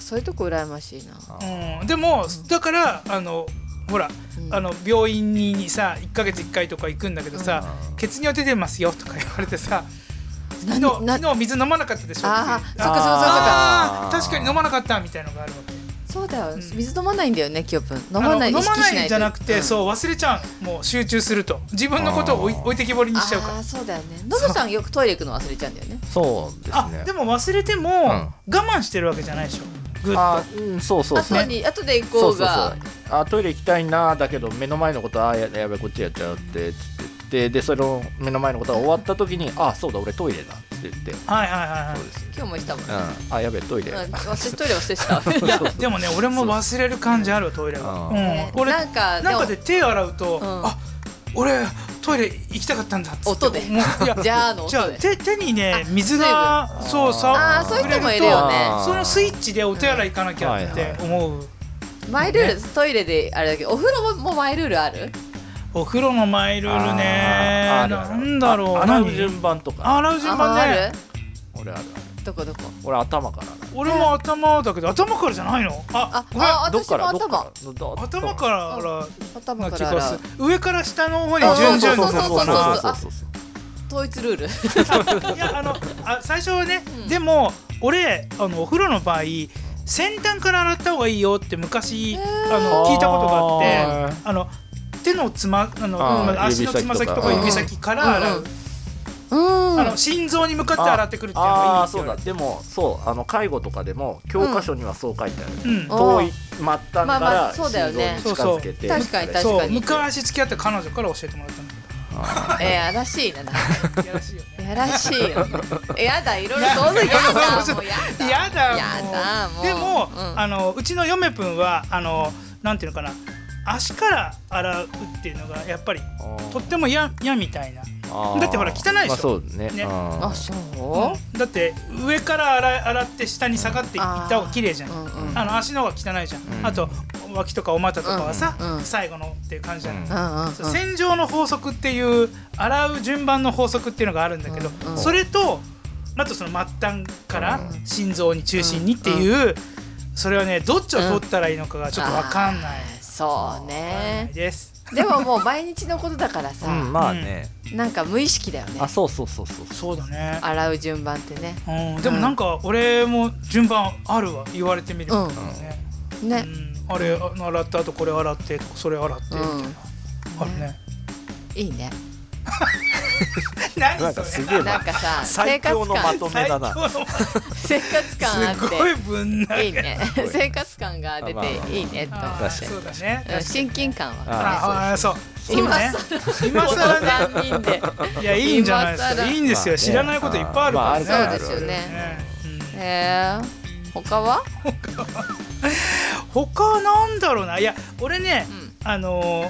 [SPEAKER 2] そういうとこ羨ましいな、
[SPEAKER 1] もん、うん、でもだからあのほら
[SPEAKER 2] うん
[SPEAKER 1] あの病院にさ1ヶ月1回とか行くんだけどさ「血尿出てますよ」とか言われてさ「昨日
[SPEAKER 2] なな
[SPEAKER 1] 昨日水飲まなかったでしょ」
[SPEAKER 2] あー
[SPEAKER 1] って
[SPEAKER 2] そっかそっかそっか
[SPEAKER 1] あ
[SPEAKER 3] あ
[SPEAKER 1] ー
[SPEAKER 3] ー
[SPEAKER 1] 確かに飲まなかったみたいのがあるわけ
[SPEAKER 2] そうだよ、
[SPEAKER 1] ん
[SPEAKER 2] 水飲まないんだよねキヨプン飲まない
[SPEAKER 1] あの飲ま
[SPEAKER 2] 意識し
[SPEAKER 1] ないんじゃなくて、
[SPEAKER 2] うん
[SPEAKER 1] そう忘れちゃうもう集中すると自分のことを置い
[SPEAKER 3] あー
[SPEAKER 1] 置いてきぼりにしちゃうから
[SPEAKER 2] ああそうだよねノブさんよくトイレ行くの忘れちゃうんだよね
[SPEAKER 3] そうです
[SPEAKER 1] あ
[SPEAKER 3] ね
[SPEAKER 1] でも忘れても、
[SPEAKER 3] ん
[SPEAKER 1] 我慢してるわけじゃないでしょグッ
[SPEAKER 3] あーうんそうそう
[SPEAKER 2] あ
[SPEAKER 3] です
[SPEAKER 2] と
[SPEAKER 3] ね
[SPEAKER 2] に後で行
[SPEAKER 3] そ
[SPEAKER 2] こ
[SPEAKER 3] う
[SPEAKER 2] う
[SPEAKER 3] そうそ
[SPEAKER 2] が
[SPEAKER 3] うあトイレ行きたいなだけど目の前のことあーややべこっちやっちゃうってつって言ってでその目の前のことが終わった時にあそうだ俺トイレだって言って
[SPEAKER 1] とはいはいはいは
[SPEAKER 3] そうです
[SPEAKER 2] 今日もしたもんね、
[SPEAKER 3] うんあやべトイレ
[SPEAKER 2] うん、私トイレ忘れてた
[SPEAKER 3] そうそう
[SPEAKER 1] いでもね俺も忘れる感じあるわトイレは、
[SPEAKER 3] あ
[SPEAKER 2] <laughs>
[SPEAKER 1] うん、俺
[SPEAKER 2] なんか
[SPEAKER 1] なんか
[SPEAKER 2] で
[SPEAKER 1] で手洗うと、
[SPEAKER 2] ん
[SPEAKER 1] あ俺トイレ行きたかったんだっつって
[SPEAKER 2] 音で
[SPEAKER 1] もういや
[SPEAKER 2] も <laughs> じゃあの
[SPEAKER 1] じゃあ
[SPEAKER 2] 音で
[SPEAKER 1] 手手にね
[SPEAKER 2] あ
[SPEAKER 1] 水が
[SPEAKER 3] 水分
[SPEAKER 1] そうさ
[SPEAKER 2] ああーそういう人もいる
[SPEAKER 1] 触
[SPEAKER 2] よ
[SPEAKER 3] れる
[SPEAKER 2] ね
[SPEAKER 3] と
[SPEAKER 1] そのスイッチでお手洗い行かなきゃっ
[SPEAKER 3] うん
[SPEAKER 1] て
[SPEAKER 3] はいは
[SPEAKER 1] 思う、
[SPEAKER 2] マイルールトイレであれだけどお風呂もマイルールある
[SPEAKER 1] お風呂のマイルールね
[SPEAKER 3] あーある
[SPEAKER 1] な
[SPEAKER 3] ある
[SPEAKER 1] んだろう
[SPEAKER 3] あ洗う
[SPEAKER 1] 何
[SPEAKER 3] 順番とか
[SPEAKER 1] 洗う順番
[SPEAKER 2] あ
[SPEAKER 1] ね
[SPEAKER 2] ある
[SPEAKER 3] 俺あるある
[SPEAKER 2] どこどこ
[SPEAKER 3] 俺頭から
[SPEAKER 1] 俺も頭だけど頭からじゃないのあ
[SPEAKER 2] あ
[SPEAKER 1] ごめん
[SPEAKER 2] あ
[SPEAKER 3] だどっ
[SPEAKER 2] 私
[SPEAKER 3] か
[SPEAKER 2] も
[SPEAKER 3] らどっ
[SPEAKER 2] 頭
[SPEAKER 3] からどど
[SPEAKER 1] 頭から
[SPEAKER 2] 頭
[SPEAKER 1] な
[SPEAKER 2] か
[SPEAKER 1] 気
[SPEAKER 2] ら
[SPEAKER 1] が
[SPEAKER 2] 洗
[SPEAKER 1] す
[SPEAKER 2] う
[SPEAKER 1] る上から下の方に
[SPEAKER 2] あ
[SPEAKER 1] 順
[SPEAKER 3] そうそ
[SPEAKER 1] 々に
[SPEAKER 3] うそうそうそうそうそうそう
[SPEAKER 2] 統一ルール
[SPEAKER 1] いやあのあ最初はね、
[SPEAKER 2] うん
[SPEAKER 1] でも俺あのお風呂の場合先端から洗った方がいいよって昔、
[SPEAKER 2] へー
[SPEAKER 1] あの聞いたことがあって
[SPEAKER 3] あー
[SPEAKER 1] あの手のつまあの
[SPEAKER 3] あー
[SPEAKER 1] うん足のつま先とか指
[SPEAKER 2] 指
[SPEAKER 1] 先
[SPEAKER 2] 先
[SPEAKER 1] から洗う、
[SPEAKER 2] うん
[SPEAKER 1] あの心臓に向かって洗ってくるっていうのがいい
[SPEAKER 3] あ
[SPEAKER 1] っ
[SPEAKER 3] あ
[SPEAKER 1] て言
[SPEAKER 3] そう
[SPEAKER 1] わ
[SPEAKER 3] だ
[SPEAKER 1] れて
[SPEAKER 3] でもそうあの介護とかでも教科書にはそう書いてある、
[SPEAKER 1] うん
[SPEAKER 2] あ
[SPEAKER 3] 遠い
[SPEAKER 2] うん
[SPEAKER 3] 末端か
[SPEAKER 2] まあまあ
[SPEAKER 3] ら
[SPEAKER 2] そ
[SPEAKER 3] 心
[SPEAKER 2] うだよ
[SPEAKER 3] 臓に
[SPEAKER 2] ね
[SPEAKER 3] 近づけて
[SPEAKER 2] そうそう確かに
[SPEAKER 1] そ
[SPEAKER 2] 確
[SPEAKER 1] う昔付き合った彼女から教えてもらったの
[SPEAKER 3] あ
[SPEAKER 2] えー、やらしいななんか
[SPEAKER 1] いやら
[SPEAKER 2] <laughs>
[SPEAKER 1] しいよね
[SPEAKER 2] やらしいよねえやだいろいろ想像やだもうやだ
[SPEAKER 1] やだもう
[SPEAKER 2] やだもう
[SPEAKER 1] でも、
[SPEAKER 2] うん
[SPEAKER 1] あのうちの嫁ぷんはあのなんていうのかな足から洗うっていうのがやっぱり
[SPEAKER 3] ー
[SPEAKER 1] とっても嫌嫌みたいな、
[SPEAKER 3] あー
[SPEAKER 1] だってほら汚いでしょ
[SPEAKER 3] まあ、そうね
[SPEAKER 1] ね
[SPEAKER 3] うん
[SPEAKER 2] あそう、
[SPEAKER 1] だって上から洗い洗って下に下がっていった方が綺麗じゃん、
[SPEAKER 2] うんうん
[SPEAKER 1] あの足の方が汚いじゃん、
[SPEAKER 3] うん
[SPEAKER 1] あと脇とかお股とかはさ、
[SPEAKER 2] うんうん
[SPEAKER 1] 最後のっていう感じじゃん、
[SPEAKER 3] うん
[SPEAKER 2] うんうん
[SPEAKER 1] そう洗浄の法則っていう洗う順番の法則っていうのがあるんだけど、
[SPEAKER 2] うんうん
[SPEAKER 1] それとあとその末端から
[SPEAKER 3] う
[SPEAKER 1] 心臓に中心にっていう、それはねどっちを取ったらいいのかがちょっとわかんない、
[SPEAKER 2] そうね
[SPEAKER 1] です。
[SPEAKER 2] でももう毎日のことだからさ、
[SPEAKER 3] うんまあね、
[SPEAKER 2] なんか無意識だよね
[SPEAKER 3] あそうそうそうそう
[SPEAKER 1] そうだね
[SPEAKER 2] 洗う順番ってね
[SPEAKER 1] うん、でもなんか俺も順番あるわ言われてみればね、う
[SPEAKER 2] ね、
[SPEAKER 1] ん、あれあ洗った後これ洗ってとかそれ洗ってみたいな、
[SPEAKER 2] うん
[SPEAKER 1] あるね
[SPEAKER 2] いいね
[SPEAKER 3] なん
[SPEAKER 1] 何
[SPEAKER 3] か
[SPEAKER 1] そ
[SPEAKER 3] す
[SPEAKER 1] れ
[SPEAKER 3] げえ
[SPEAKER 2] な
[SPEAKER 3] なん
[SPEAKER 2] かさ生
[SPEAKER 3] 最
[SPEAKER 2] 活
[SPEAKER 3] 強のま
[SPEAKER 2] 感
[SPEAKER 3] とめ
[SPEAKER 1] <laughs> 最強
[SPEAKER 3] だな
[SPEAKER 1] の
[SPEAKER 2] 生活感あっ
[SPEAKER 1] すごい
[SPEAKER 2] て
[SPEAKER 1] 分ない
[SPEAKER 2] いね
[SPEAKER 3] すごい
[SPEAKER 2] 生活感が出
[SPEAKER 3] まあまあまあ
[SPEAKER 2] ていいねと思
[SPEAKER 1] あ
[SPEAKER 2] っ
[SPEAKER 1] ー
[SPEAKER 3] 確かに
[SPEAKER 1] そうだね
[SPEAKER 2] てうん親近感は
[SPEAKER 1] ああーそうそう
[SPEAKER 2] 今
[SPEAKER 1] ね
[SPEAKER 2] さ
[SPEAKER 1] 今
[SPEAKER 2] この
[SPEAKER 1] 更ね
[SPEAKER 2] 3人で
[SPEAKER 1] いやいいんじゃないです
[SPEAKER 2] 今
[SPEAKER 1] か
[SPEAKER 2] 更
[SPEAKER 1] いいんですよ
[SPEAKER 3] まあね
[SPEAKER 1] 知らないこといっぱいあるからね
[SPEAKER 3] まああ
[SPEAKER 2] るからそうですよね
[SPEAKER 1] ねうん
[SPEAKER 2] へえ他は
[SPEAKER 1] 他なんだろうないや俺ね
[SPEAKER 2] うん
[SPEAKER 1] あのー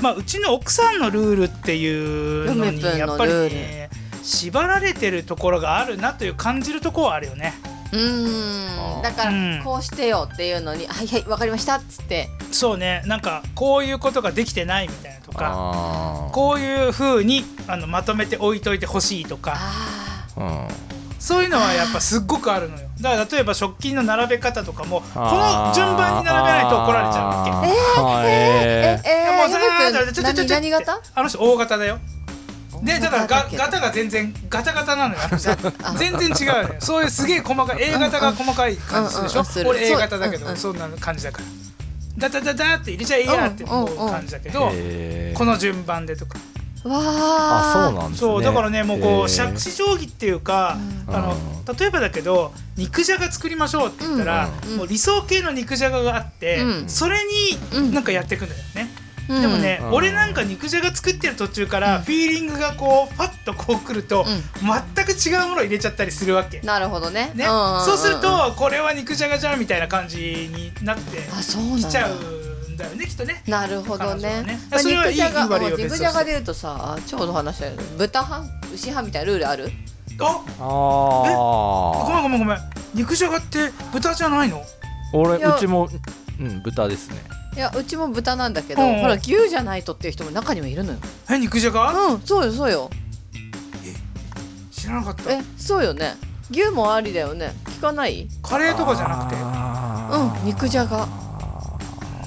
[SPEAKER 1] まあうちの奥さんのルールっていうのに
[SPEAKER 2] ルメプンの
[SPEAKER 1] やっぱり、
[SPEAKER 2] ルール
[SPEAKER 1] ね、縛られてるところがあるなという感じるところはあるよね
[SPEAKER 2] うーんだか
[SPEAKER 1] うん
[SPEAKER 2] らこうしてよっていうのに「はいはいわかりました」っつって
[SPEAKER 1] そうねなんかこういうことができてないみたいなとか
[SPEAKER 3] あー
[SPEAKER 1] こういうふうにあのまとめて置いといてほしいとか
[SPEAKER 2] あ
[SPEAKER 3] うん
[SPEAKER 1] そういうのはやっぱすっごくあるのよだから例えば食器の並べ方とかもこの
[SPEAKER 3] あー
[SPEAKER 1] 順番に並べないと怒られちゃうわけ
[SPEAKER 3] あーはい
[SPEAKER 2] ーええ
[SPEAKER 1] いやもうさ
[SPEAKER 2] え
[SPEAKER 1] ー
[SPEAKER 2] ー、
[SPEAKER 1] ち
[SPEAKER 2] ゆめく
[SPEAKER 1] ょ
[SPEAKER 2] ん
[SPEAKER 1] ちょちょ
[SPEAKER 2] 何
[SPEAKER 1] ちょ
[SPEAKER 2] 何型
[SPEAKER 1] あの人大型だよねだからが
[SPEAKER 2] 大型だけど
[SPEAKER 1] ガタが全然ガタガタなのよあの人
[SPEAKER 2] あ
[SPEAKER 1] 全然違うねそういうすげえ細かい A 型が細かい感じするでし
[SPEAKER 2] うんうんする
[SPEAKER 1] ょ俺 A 型だけ
[SPEAKER 2] そううんう
[SPEAKER 1] ど
[SPEAKER 2] ん
[SPEAKER 1] そんな感じだからダダダダって入れちゃえやって思う感じだけど
[SPEAKER 3] へー
[SPEAKER 1] この順番でとか
[SPEAKER 2] わ
[SPEAKER 3] あ
[SPEAKER 2] あ
[SPEAKER 3] そうなんですね
[SPEAKER 1] そうだからねもうこ
[SPEAKER 3] へー
[SPEAKER 1] う杓子定規っていうか
[SPEAKER 3] うん
[SPEAKER 1] あの例えばだけど肉じゃが作りましょうって言ったら
[SPEAKER 2] うんうん
[SPEAKER 1] もう理想形の肉じゃががあって
[SPEAKER 2] うん
[SPEAKER 1] それ
[SPEAKER 2] う
[SPEAKER 1] に
[SPEAKER 2] ん
[SPEAKER 1] なんかやっていくんだよね。
[SPEAKER 2] うん
[SPEAKER 1] でもね、
[SPEAKER 3] うん
[SPEAKER 1] 俺なんか肉じゃが作ってる途中からフィーリングがこうパッとこうくると、全く違うもの入れちゃったりするわけ。ね、
[SPEAKER 2] なるほどねんんんん
[SPEAKER 1] そうするとこれは肉じゃがじゃんみたいな感じになって
[SPEAKER 2] あそうなん
[SPEAKER 1] き
[SPEAKER 2] だ
[SPEAKER 1] ちゃうんだよねきっとね。
[SPEAKER 2] なるほど
[SPEAKER 1] 彼女
[SPEAKER 2] ね
[SPEAKER 1] はね
[SPEAKER 2] まあ
[SPEAKER 1] それはいい
[SPEAKER 2] 肉じゃが
[SPEAKER 1] いい悪いは別として
[SPEAKER 2] 肉じゃがで言うとさちょうど話したよね豚派牛派みたいなルールある
[SPEAKER 1] あごめ
[SPEAKER 3] あ
[SPEAKER 1] んごめんごめん肉じゃがって豚じゃないの
[SPEAKER 3] ー俺
[SPEAKER 2] いや
[SPEAKER 3] うちもうん豚ですね
[SPEAKER 2] いやうちも豚なんだけど、
[SPEAKER 1] うんうん
[SPEAKER 2] ほら牛じゃないとっていう人も中にはいるのよ
[SPEAKER 1] え肉じゃが
[SPEAKER 2] うんそうよそうよ
[SPEAKER 1] 知らなかった
[SPEAKER 2] えそうよね牛もありだよね聞かない
[SPEAKER 1] カレーとかじゃなくて
[SPEAKER 3] な
[SPEAKER 2] うん肉じゃが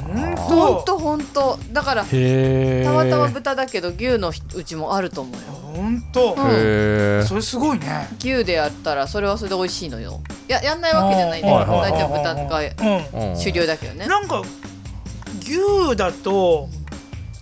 [SPEAKER 1] うん
[SPEAKER 2] ほん
[SPEAKER 1] と
[SPEAKER 2] とほんとだから
[SPEAKER 3] へえ
[SPEAKER 2] たまたま豚だけど牛のうちもあると思うよ
[SPEAKER 1] ほんと
[SPEAKER 2] うん
[SPEAKER 3] へえ
[SPEAKER 1] それすごいね
[SPEAKER 2] 牛でやったらそれはそれで美味しいのよややんないわけじゃないんだけど
[SPEAKER 3] は
[SPEAKER 2] 大
[SPEAKER 3] いはい
[SPEAKER 2] 体豚が
[SPEAKER 1] うん
[SPEAKER 2] 主流だけどね
[SPEAKER 1] なんか牛だと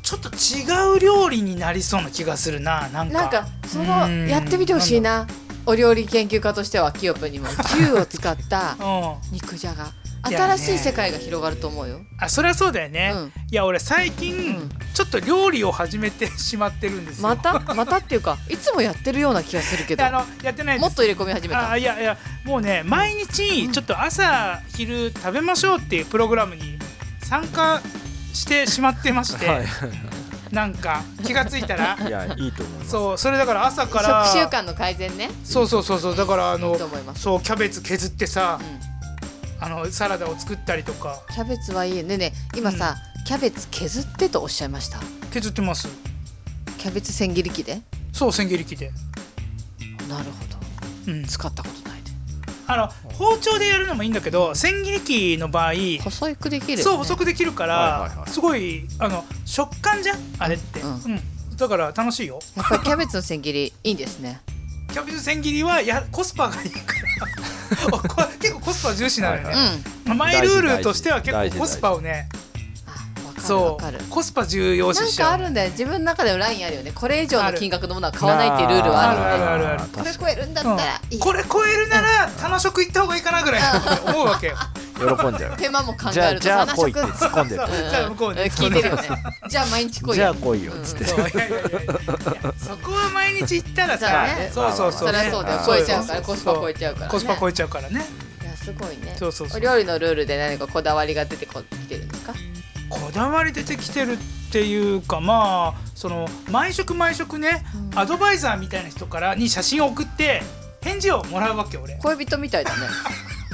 [SPEAKER 1] ちょっと違う料理になりそうな気がするななんか
[SPEAKER 2] なんかその
[SPEAKER 1] うん
[SPEAKER 2] やってみてほしいなお料理研究家としてはキヨプ
[SPEAKER 1] <laughs>
[SPEAKER 2] にも牛を使った
[SPEAKER 1] うん
[SPEAKER 2] 肉じゃが
[SPEAKER 1] いやね
[SPEAKER 2] 新しい世界が広がると思うよ、
[SPEAKER 1] あそりゃそうだよね、
[SPEAKER 2] うん
[SPEAKER 1] いや俺最近、
[SPEAKER 2] うん
[SPEAKER 1] ちょっと料理を始めてしまってるんですよ
[SPEAKER 2] またまたっていうかいつもやってるような気がするけ
[SPEAKER 1] い
[SPEAKER 2] ど
[SPEAKER 1] やあのやってないで
[SPEAKER 2] も
[SPEAKER 1] す
[SPEAKER 2] っと入れ込み始め
[SPEAKER 1] あ
[SPEAKER 2] た
[SPEAKER 1] いやいやもうね毎日ちょっと朝昼食べましょうっていうプログラムに参加してしまってまして、
[SPEAKER 3] はい
[SPEAKER 1] なんか気がついたら
[SPEAKER 3] いやいいと思います
[SPEAKER 1] そうそれだから朝から
[SPEAKER 2] 食習慣の改善ね
[SPEAKER 1] そうそうそうそうだからあ
[SPEAKER 2] い
[SPEAKER 1] の
[SPEAKER 2] いと思います、
[SPEAKER 1] そうキャベツ削ってさ
[SPEAKER 2] うん、
[SPEAKER 1] あのサラダを作ったりとか
[SPEAKER 2] キャベツはいいねえねえ今さ、キャベツ削ってとおっしゃいました
[SPEAKER 1] 削ってます
[SPEAKER 2] キャベツ千切り機で
[SPEAKER 1] そう千切り機で、
[SPEAKER 2] なるほど
[SPEAKER 1] うん、
[SPEAKER 2] 使ったことないで
[SPEAKER 1] あの包丁でやるのもいいんだけど千切り機の場合
[SPEAKER 2] 細くできるよね、
[SPEAKER 1] そう細くできるから、
[SPEAKER 3] はいはいはい
[SPEAKER 1] すごいあの食感じゃんあれって、う
[SPEAKER 2] うんん
[SPEAKER 1] だから楽しいよ
[SPEAKER 2] やっぱりキャベツの千切りいいんですね
[SPEAKER 1] キャベツ千切りはやコスパがいいから <laughs> こ結構コスパ重視なのよね、
[SPEAKER 3] は
[SPEAKER 2] うん
[SPEAKER 3] いは
[SPEAKER 1] まあマイルールとしては結
[SPEAKER 3] 大事大
[SPEAKER 1] 構
[SPEAKER 3] 事
[SPEAKER 1] コスパをね
[SPEAKER 2] あわかるわ
[SPEAKER 1] そ
[SPEAKER 2] かる
[SPEAKER 1] うコスパ重要
[SPEAKER 2] な
[SPEAKER 1] 視
[SPEAKER 2] ん
[SPEAKER 1] しちゃ
[SPEAKER 2] か
[SPEAKER 1] う
[SPEAKER 2] あるんだよ自分の中でのラインあるよねこれ以上の金額のものは買わないっていうルールはあるよね
[SPEAKER 1] あるあるあるある
[SPEAKER 2] これ
[SPEAKER 3] 確
[SPEAKER 2] 超えるんだったらいい、
[SPEAKER 1] うんこれ超えるなら楽しく行った方がいいかなぐらいの思うわけよ
[SPEAKER 2] <laughs>
[SPEAKER 3] かに喜んじゃう
[SPEAKER 2] 手間も考
[SPEAKER 3] じゃ
[SPEAKER 2] え
[SPEAKER 3] あ
[SPEAKER 2] ると
[SPEAKER 3] じゃあ来いって
[SPEAKER 2] 食
[SPEAKER 3] 突っ込んでる
[SPEAKER 1] そうじゃあ向こうね
[SPEAKER 2] 聞いてるよねじゃあ毎日来いよ
[SPEAKER 3] じゃあ来いよつっ
[SPEAKER 2] う
[SPEAKER 3] て
[SPEAKER 2] ん
[SPEAKER 1] そういやいやいやいやそこは毎日行ったら
[SPEAKER 2] だ
[SPEAKER 1] さ
[SPEAKER 2] からね
[SPEAKER 1] そうそうそう
[SPEAKER 2] そりゃそうだよ
[SPEAKER 3] あー
[SPEAKER 2] 超えちゃうからコスパ超えちゃうから、ね、
[SPEAKER 1] コスパ超えちゃうからね
[SPEAKER 2] いやすごいね
[SPEAKER 1] そうそうそう
[SPEAKER 2] お料理のルールで何かこだわりが出てこきてるんですか
[SPEAKER 1] こだわり出てきてるっていうかまあその毎食毎食ね、
[SPEAKER 2] うん
[SPEAKER 1] アドバイザーみたいな人からに写真を送って返事をもらうわけ俺。
[SPEAKER 2] 恋人みたいだね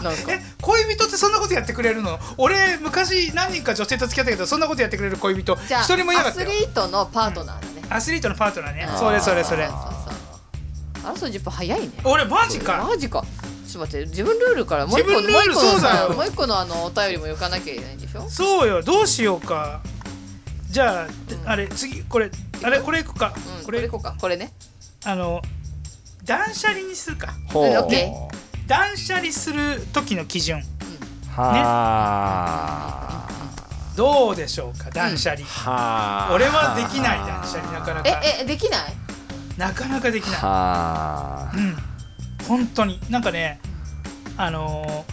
[SPEAKER 2] なんか
[SPEAKER 1] え恋人ってそんなことやってくれるの俺昔何人か女性と付き合ったけどそんなことやってくれる恋人
[SPEAKER 2] じゃあ
[SPEAKER 1] 一人もいなか
[SPEAKER 2] ア
[SPEAKER 1] った
[SPEAKER 2] ス
[SPEAKER 1] よ
[SPEAKER 2] リートのパートナーだね、
[SPEAKER 1] アスリートのパートナーね
[SPEAKER 2] あー
[SPEAKER 1] それそれそれ
[SPEAKER 2] うそうそうあらそう10分早いね
[SPEAKER 1] 俺マジか
[SPEAKER 2] マジかちょっと待って自分ルールからもう一個
[SPEAKER 1] 自分ルール
[SPEAKER 2] もう一個の
[SPEAKER 1] そうだ
[SPEAKER 2] さ
[SPEAKER 1] よ
[SPEAKER 2] もう一個のあのお便りも行かなきゃいけないんでしょ
[SPEAKER 1] そうよどうしようかじゃあ、あれ次これあれこれいくか、
[SPEAKER 2] うん
[SPEAKER 1] こ
[SPEAKER 2] こ
[SPEAKER 1] れ
[SPEAKER 2] れ行こうかこれね
[SPEAKER 1] あの断捨離にするか
[SPEAKER 3] ほう
[SPEAKER 2] オッケ
[SPEAKER 1] 断捨離する時の基準
[SPEAKER 3] は
[SPEAKER 1] どうでしょうか断捨離、
[SPEAKER 3] ーはー
[SPEAKER 1] 俺はできない断捨離なかな
[SPEAKER 2] え
[SPEAKER 1] か
[SPEAKER 2] えできない
[SPEAKER 1] なかなかできない
[SPEAKER 3] は
[SPEAKER 1] うん本当になんかねあのー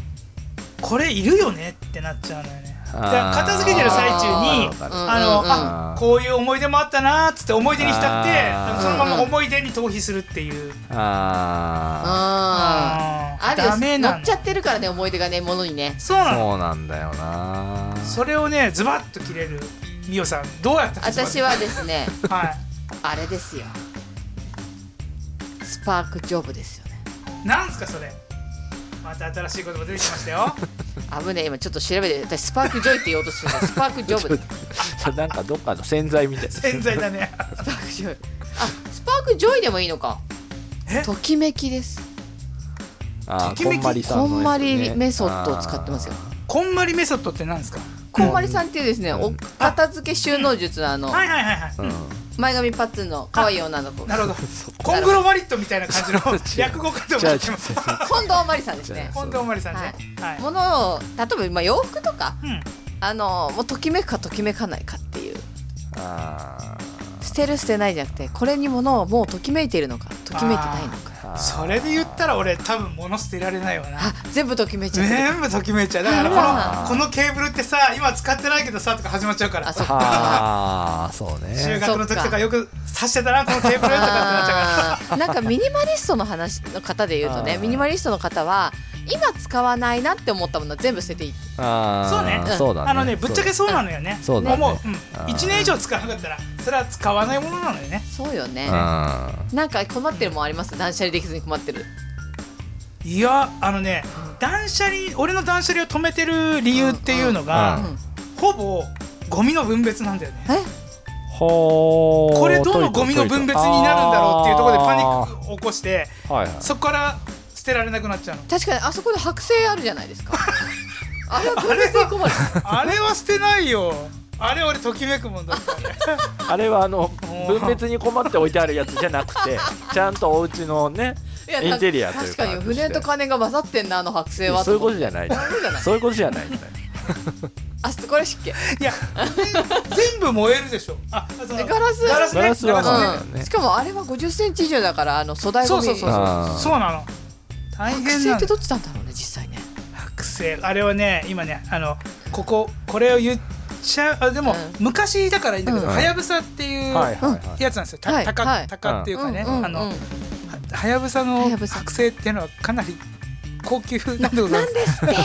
[SPEAKER 1] これいるよねってなっちゃうのよねだから片付けてる最中に
[SPEAKER 3] あー
[SPEAKER 2] うんうんうん
[SPEAKER 1] あの、
[SPEAKER 3] う
[SPEAKER 1] あ
[SPEAKER 3] ん
[SPEAKER 1] こういう思い出もあったなーっつって思い出に浸って
[SPEAKER 3] あー
[SPEAKER 1] そのまま思い出に逃避するっていう、
[SPEAKER 3] ーあー
[SPEAKER 2] あ
[SPEAKER 1] あ
[SPEAKER 2] ある
[SPEAKER 1] ダ
[SPEAKER 2] よ
[SPEAKER 1] メな
[SPEAKER 2] 乗
[SPEAKER 1] の
[SPEAKER 2] っちゃってるからね思い出がねものにね
[SPEAKER 1] そうなの
[SPEAKER 3] そうなんだよな
[SPEAKER 1] それをねズバッと切れるミオさんどうやって
[SPEAKER 2] 私はですね
[SPEAKER 1] は
[SPEAKER 2] あれですよスパークジョブですよね
[SPEAKER 1] いなんすかそれまた新しい言葉出てきました
[SPEAKER 2] <laughs>
[SPEAKER 1] よ
[SPEAKER 2] 危ねえ今ちょっと調べて私スパークジョイって言おうとして
[SPEAKER 1] <laughs>
[SPEAKER 2] たスパークジョブだ
[SPEAKER 3] それなんかどっかの洗剤みたい
[SPEAKER 1] 潜在だね
[SPEAKER 2] スパークジョイあスパークジョイでもいいのか
[SPEAKER 1] え
[SPEAKER 2] ときめきです
[SPEAKER 3] あー
[SPEAKER 1] ときめき
[SPEAKER 3] こんまりさん
[SPEAKER 2] こ
[SPEAKER 3] の
[SPEAKER 2] んまりメソッドを
[SPEAKER 3] やつね
[SPEAKER 2] 使ってますよ
[SPEAKER 1] こんまりメソッドってなんですか
[SPEAKER 2] こんまりさんっていうですね
[SPEAKER 3] う
[SPEAKER 2] お
[SPEAKER 3] ん
[SPEAKER 2] 片付け収納術のあの
[SPEAKER 1] はいはいはいはい、
[SPEAKER 3] あー
[SPEAKER 1] うん
[SPEAKER 2] 前髪パッツンの可愛い女の子
[SPEAKER 1] な
[SPEAKER 3] <laughs>
[SPEAKER 1] るほどコングロマリットみたいな感じの略語かと
[SPEAKER 3] じ
[SPEAKER 1] 思
[SPEAKER 3] ゃあ
[SPEAKER 1] ってます
[SPEAKER 2] 近藤まりさんですね
[SPEAKER 1] 近藤まりさんねはい、
[SPEAKER 2] ものを例えばまあ洋服とか
[SPEAKER 1] うん
[SPEAKER 2] あのもうときめくかときめかないかっていう
[SPEAKER 3] あ
[SPEAKER 2] 捨てる捨てないじゃなくてこれにものをもうときめいているのかときめいてないのか
[SPEAKER 3] ー
[SPEAKER 1] それで言ったら俺多分物捨てられないわな
[SPEAKER 2] あ全部ときめいちゃってる
[SPEAKER 1] 全部ときめいちゃうだからこのこのケーブルってさ今使ってないけどさとか始まっちゃうから
[SPEAKER 2] あそっか
[SPEAKER 3] あーそう
[SPEAKER 1] 修
[SPEAKER 3] ね
[SPEAKER 1] 学の時とかよくさしてたなこのケーブルとかってなっちゃうか
[SPEAKER 2] あーなんかミニマリストの話の方で言うとね
[SPEAKER 3] あー
[SPEAKER 2] ミニマリストの方は今使わないなって思ったものは全部捨てていい
[SPEAKER 1] そう
[SPEAKER 3] あ
[SPEAKER 1] ね
[SPEAKER 3] ーそうだね
[SPEAKER 1] らあのねぶっちゃけそうなのよね
[SPEAKER 3] そうだね
[SPEAKER 1] もう、うん、
[SPEAKER 3] あー
[SPEAKER 1] 1年以上使わなかったらそれは使わないものなのよね
[SPEAKER 2] そうよね
[SPEAKER 3] う
[SPEAKER 2] なんか困ってるもんあります断捨離できずに困ってる
[SPEAKER 1] いやあのね断捨離俺の断捨離を止めてる理由っていうのが、
[SPEAKER 3] うん
[SPEAKER 1] ほぼゴミの分別なんだよね
[SPEAKER 2] え
[SPEAKER 3] んほー
[SPEAKER 1] これどのゴミの分別になるんだろうっていうところでパニ
[SPEAKER 3] あ
[SPEAKER 1] ック起こして
[SPEAKER 3] ーはいはい
[SPEAKER 1] そこから捨てられなくなっちゃうの
[SPEAKER 2] 確かにあそこで剥製あるじゃないです
[SPEAKER 3] <laughs>
[SPEAKER 2] かあれは分別に困る
[SPEAKER 1] あれは捨てないよあれ俺ときめくもんだったね
[SPEAKER 3] あれは
[SPEAKER 1] <laughs>
[SPEAKER 3] あの
[SPEAKER 1] おー
[SPEAKER 3] 分別に困って置いてあるやつじゃなくてちゃんとお家のね
[SPEAKER 2] いや
[SPEAKER 3] インテリアという
[SPEAKER 2] 確
[SPEAKER 3] か
[SPEAKER 2] かに船と金が混ざってんなあの剥製は
[SPEAKER 3] そういうこと
[SPEAKER 2] と
[SPEAKER 3] じゃない
[SPEAKER 2] 思ってそうじゃない
[SPEAKER 3] そういうことじゃないんだよ
[SPEAKER 2] あそこれ湿気
[SPEAKER 1] いやぜ全部燃えるでしょあその
[SPEAKER 2] ガラス
[SPEAKER 1] ガラスね
[SPEAKER 3] ガラスは
[SPEAKER 1] ガラスね
[SPEAKER 3] まあだよね
[SPEAKER 2] うん、しかもあれは5 0ンチ以上だからあの粗大
[SPEAKER 1] そう
[SPEAKER 2] ゴミ
[SPEAKER 1] そうそう
[SPEAKER 3] あ
[SPEAKER 1] そ
[SPEAKER 3] ー
[SPEAKER 1] うそうなの大変
[SPEAKER 2] 剥製
[SPEAKER 1] な
[SPEAKER 2] って
[SPEAKER 1] の
[SPEAKER 2] どっちなんだろうね実際ね
[SPEAKER 1] 剥製あれはね今ねあのこここれを言っちゃうあでも、
[SPEAKER 2] うん
[SPEAKER 1] 昔だからいいんだけど
[SPEAKER 2] うん
[SPEAKER 1] はやぶさっていう
[SPEAKER 3] はいはいはい
[SPEAKER 1] やつなんですよ、た
[SPEAKER 2] はい
[SPEAKER 1] たか
[SPEAKER 2] はい
[SPEAKER 1] たかっていうかね、
[SPEAKER 2] うんうんうん
[SPEAKER 1] あのはやぶさの
[SPEAKER 2] はやぶさ
[SPEAKER 1] 剥製っていうのはかなり高級なんでございます
[SPEAKER 2] ですって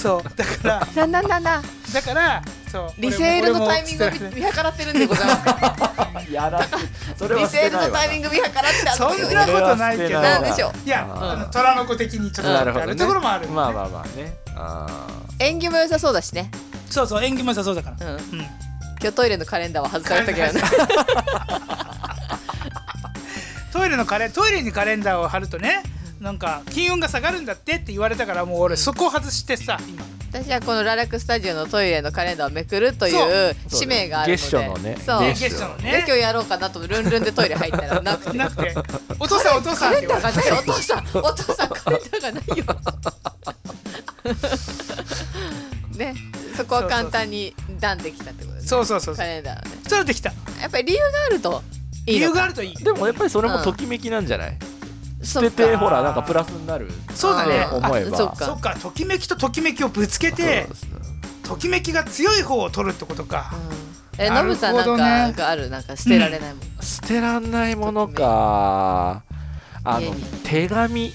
[SPEAKER 1] そうだから <laughs>
[SPEAKER 2] なんなんなんなん
[SPEAKER 1] だからそう
[SPEAKER 2] リセールのタイミングを
[SPEAKER 1] 俺も捨てられない
[SPEAKER 2] 見計らってるんでございます
[SPEAKER 1] <laughs>
[SPEAKER 2] か
[SPEAKER 3] やらそれ
[SPEAKER 2] リ
[SPEAKER 3] は捨
[SPEAKER 2] セ
[SPEAKER 3] て
[SPEAKER 2] ール
[SPEAKER 3] ない
[SPEAKER 2] の
[SPEAKER 3] わ
[SPEAKER 2] タイミング見計らってあ
[SPEAKER 1] そ
[SPEAKER 2] の
[SPEAKER 1] んなことないけど
[SPEAKER 2] なんでしょう
[SPEAKER 1] いや
[SPEAKER 3] あー
[SPEAKER 1] あの虎の子的にちょっと
[SPEAKER 3] な
[SPEAKER 1] や
[SPEAKER 3] る
[SPEAKER 1] っ
[SPEAKER 3] ほ
[SPEAKER 1] てあ
[SPEAKER 3] どね
[SPEAKER 1] るところもある
[SPEAKER 3] まあまあまあねあ
[SPEAKER 2] 縁起も良さそうだしね
[SPEAKER 1] そうそう縁起も良さそうだから
[SPEAKER 2] うん
[SPEAKER 1] うん
[SPEAKER 2] 今日トイレのカレンダーは外されたけどね
[SPEAKER 1] トイレのカレトイレにカレンダーを貼るとねなんか金運が下がるんだってって言われたからもう俺そこ外してさ今
[SPEAKER 2] 私はこのララクスタジオのトイレのカレンダーをめくるとい
[SPEAKER 1] そう
[SPEAKER 2] う
[SPEAKER 3] ー
[SPEAKER 2] 使命があるので
[SPEAKER 3] 月初のね
[SPEAKER 2] そう
[SPEAKER 1] ね
[SPEAKER 2] で
[SPEAKER 1] 月初のね
[SPEAKER 2] 今日やろうかなとルンルンでトイレ入ったらな
[SPEAKER 1] <laughs>
[SPEAKER 2] くて
[SPEAKER 1] なくて「お父さんお父さん」っ
[SPEAKER 2] カレ
[SPEAKER 1] て
[SPEAKER 2] ン
[SPEAKER 1] 言
[SPEAKER 2] ダ
[SPEAKER 1] わ
[SPEAKER 2] ー
[SPEAKER 1] れて
[SPEAKER 2] がないお父さんお父さんカレンダーがない
[SPEAKER 1] <laughs>
[SPEAKER 2] よねそこは簡単に段できたってことですね
[SPEAKER 1] そうそうそうそ
[SPEAKER 2] カ
[SPEAKER 1] う
[SPEAKER 2] レンダーをね
[SPEAKER 1] それできた
[SPEAKER 2] やっぱり理由があるとい
[SPEAKER 1] 理
[SPEAKER 2] いの
[SPEAKER 1] 由
[SPEAKER 2] か
[SPEAKER 1] があるといい
[SPEAKER 3] でもやっぱりそれもときめきなんじゃない捨
[SPEAKER 2] そ
[SPEAKER 3] て
[SPEAKER 2] ってか
[SPEAKER 3] ほらなんかプラスになる
[SPEAKER 1] そうだね
[SPEAKER 2] あー
[SPEAKER 3] 思えば
[SPEAKER 2] そっか
[SPEAKER 1] そっかときめきとときめきをぶつけて
[SPEAKER 3] そうそう
[SPEAKER 1] ときめきが強い方を取るってことか
[SPEAKER 2] うんえ
[SPEAKER 1] な
[SPEAKER 2] ノ
[SPEAKER 1] るほどね
[SPEAKER 2] ブさんなんかなんかあるなんか捨てられないもん
[SPEAKER 3] 捨てらんないものかあ
[SPEAKER 2] 家
[SPEAKER 3] の
[SPEAKER 2] に
[SPEAKER 3] 手紙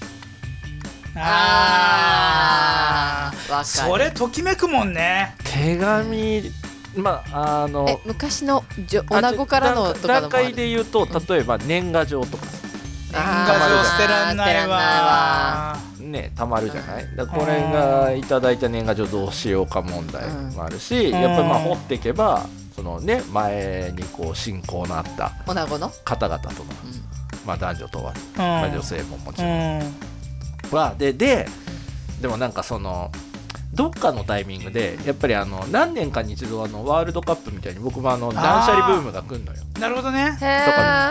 [SPEAKER 2] あ
[SPEAKER 1] あ
[SPEAKER 2] ーわ
[SPEAKER 1] あそ
[SPEAKER 2] かる
[SPEAKER 1] れときめくもんね
[SPEAKER 3] 手紙まああ
[SPEAKER 2] え
[SPEAKER 3] の
[SPEAKER 2] 昔のじょ女子からのとかのも
[SPEAKER 3] 段
[SPEAKER 2] あ
[SPEAKER 3] 階
[SPEAKER 2] る
[SPEAKER 3] で言うと例えば年賀状とかさ
[SPEAKER 1] 年賀状捨てらんないわ
[SPEAKER 2] あ
[SPEAKER 3] ねたまるじゃないだからこれがいただいた年賀状どうしようか問題もあるし、
[SPEAKER 1] ん
[SPEAKER 3] やっぱりまあ掘っていけばそのね前にこう親交のあった
[SPEAKER 2] 女子の
[SPEAKER 3] 方々との、
[SPEAKER 2] う
[SPEAKER 3] まあ、男女問わず、
[SPEAKER 1] うん
[SPEAKER 3] まあ、女性ももち
[SPEAKER 1] う
[SPEAKER 3] ろん
[SPEAKER 1] ん
[SPEAKER 3] はでででもなんかそのどっかのタイミングでやっぱりあの何年かに一度あのワールドカップみたいに僕もあの断捨離ブームが来るのよ。
[SPEAKER 1] なるほどね
[SPEAKER 2] んへ
[SPEAKER 3] とか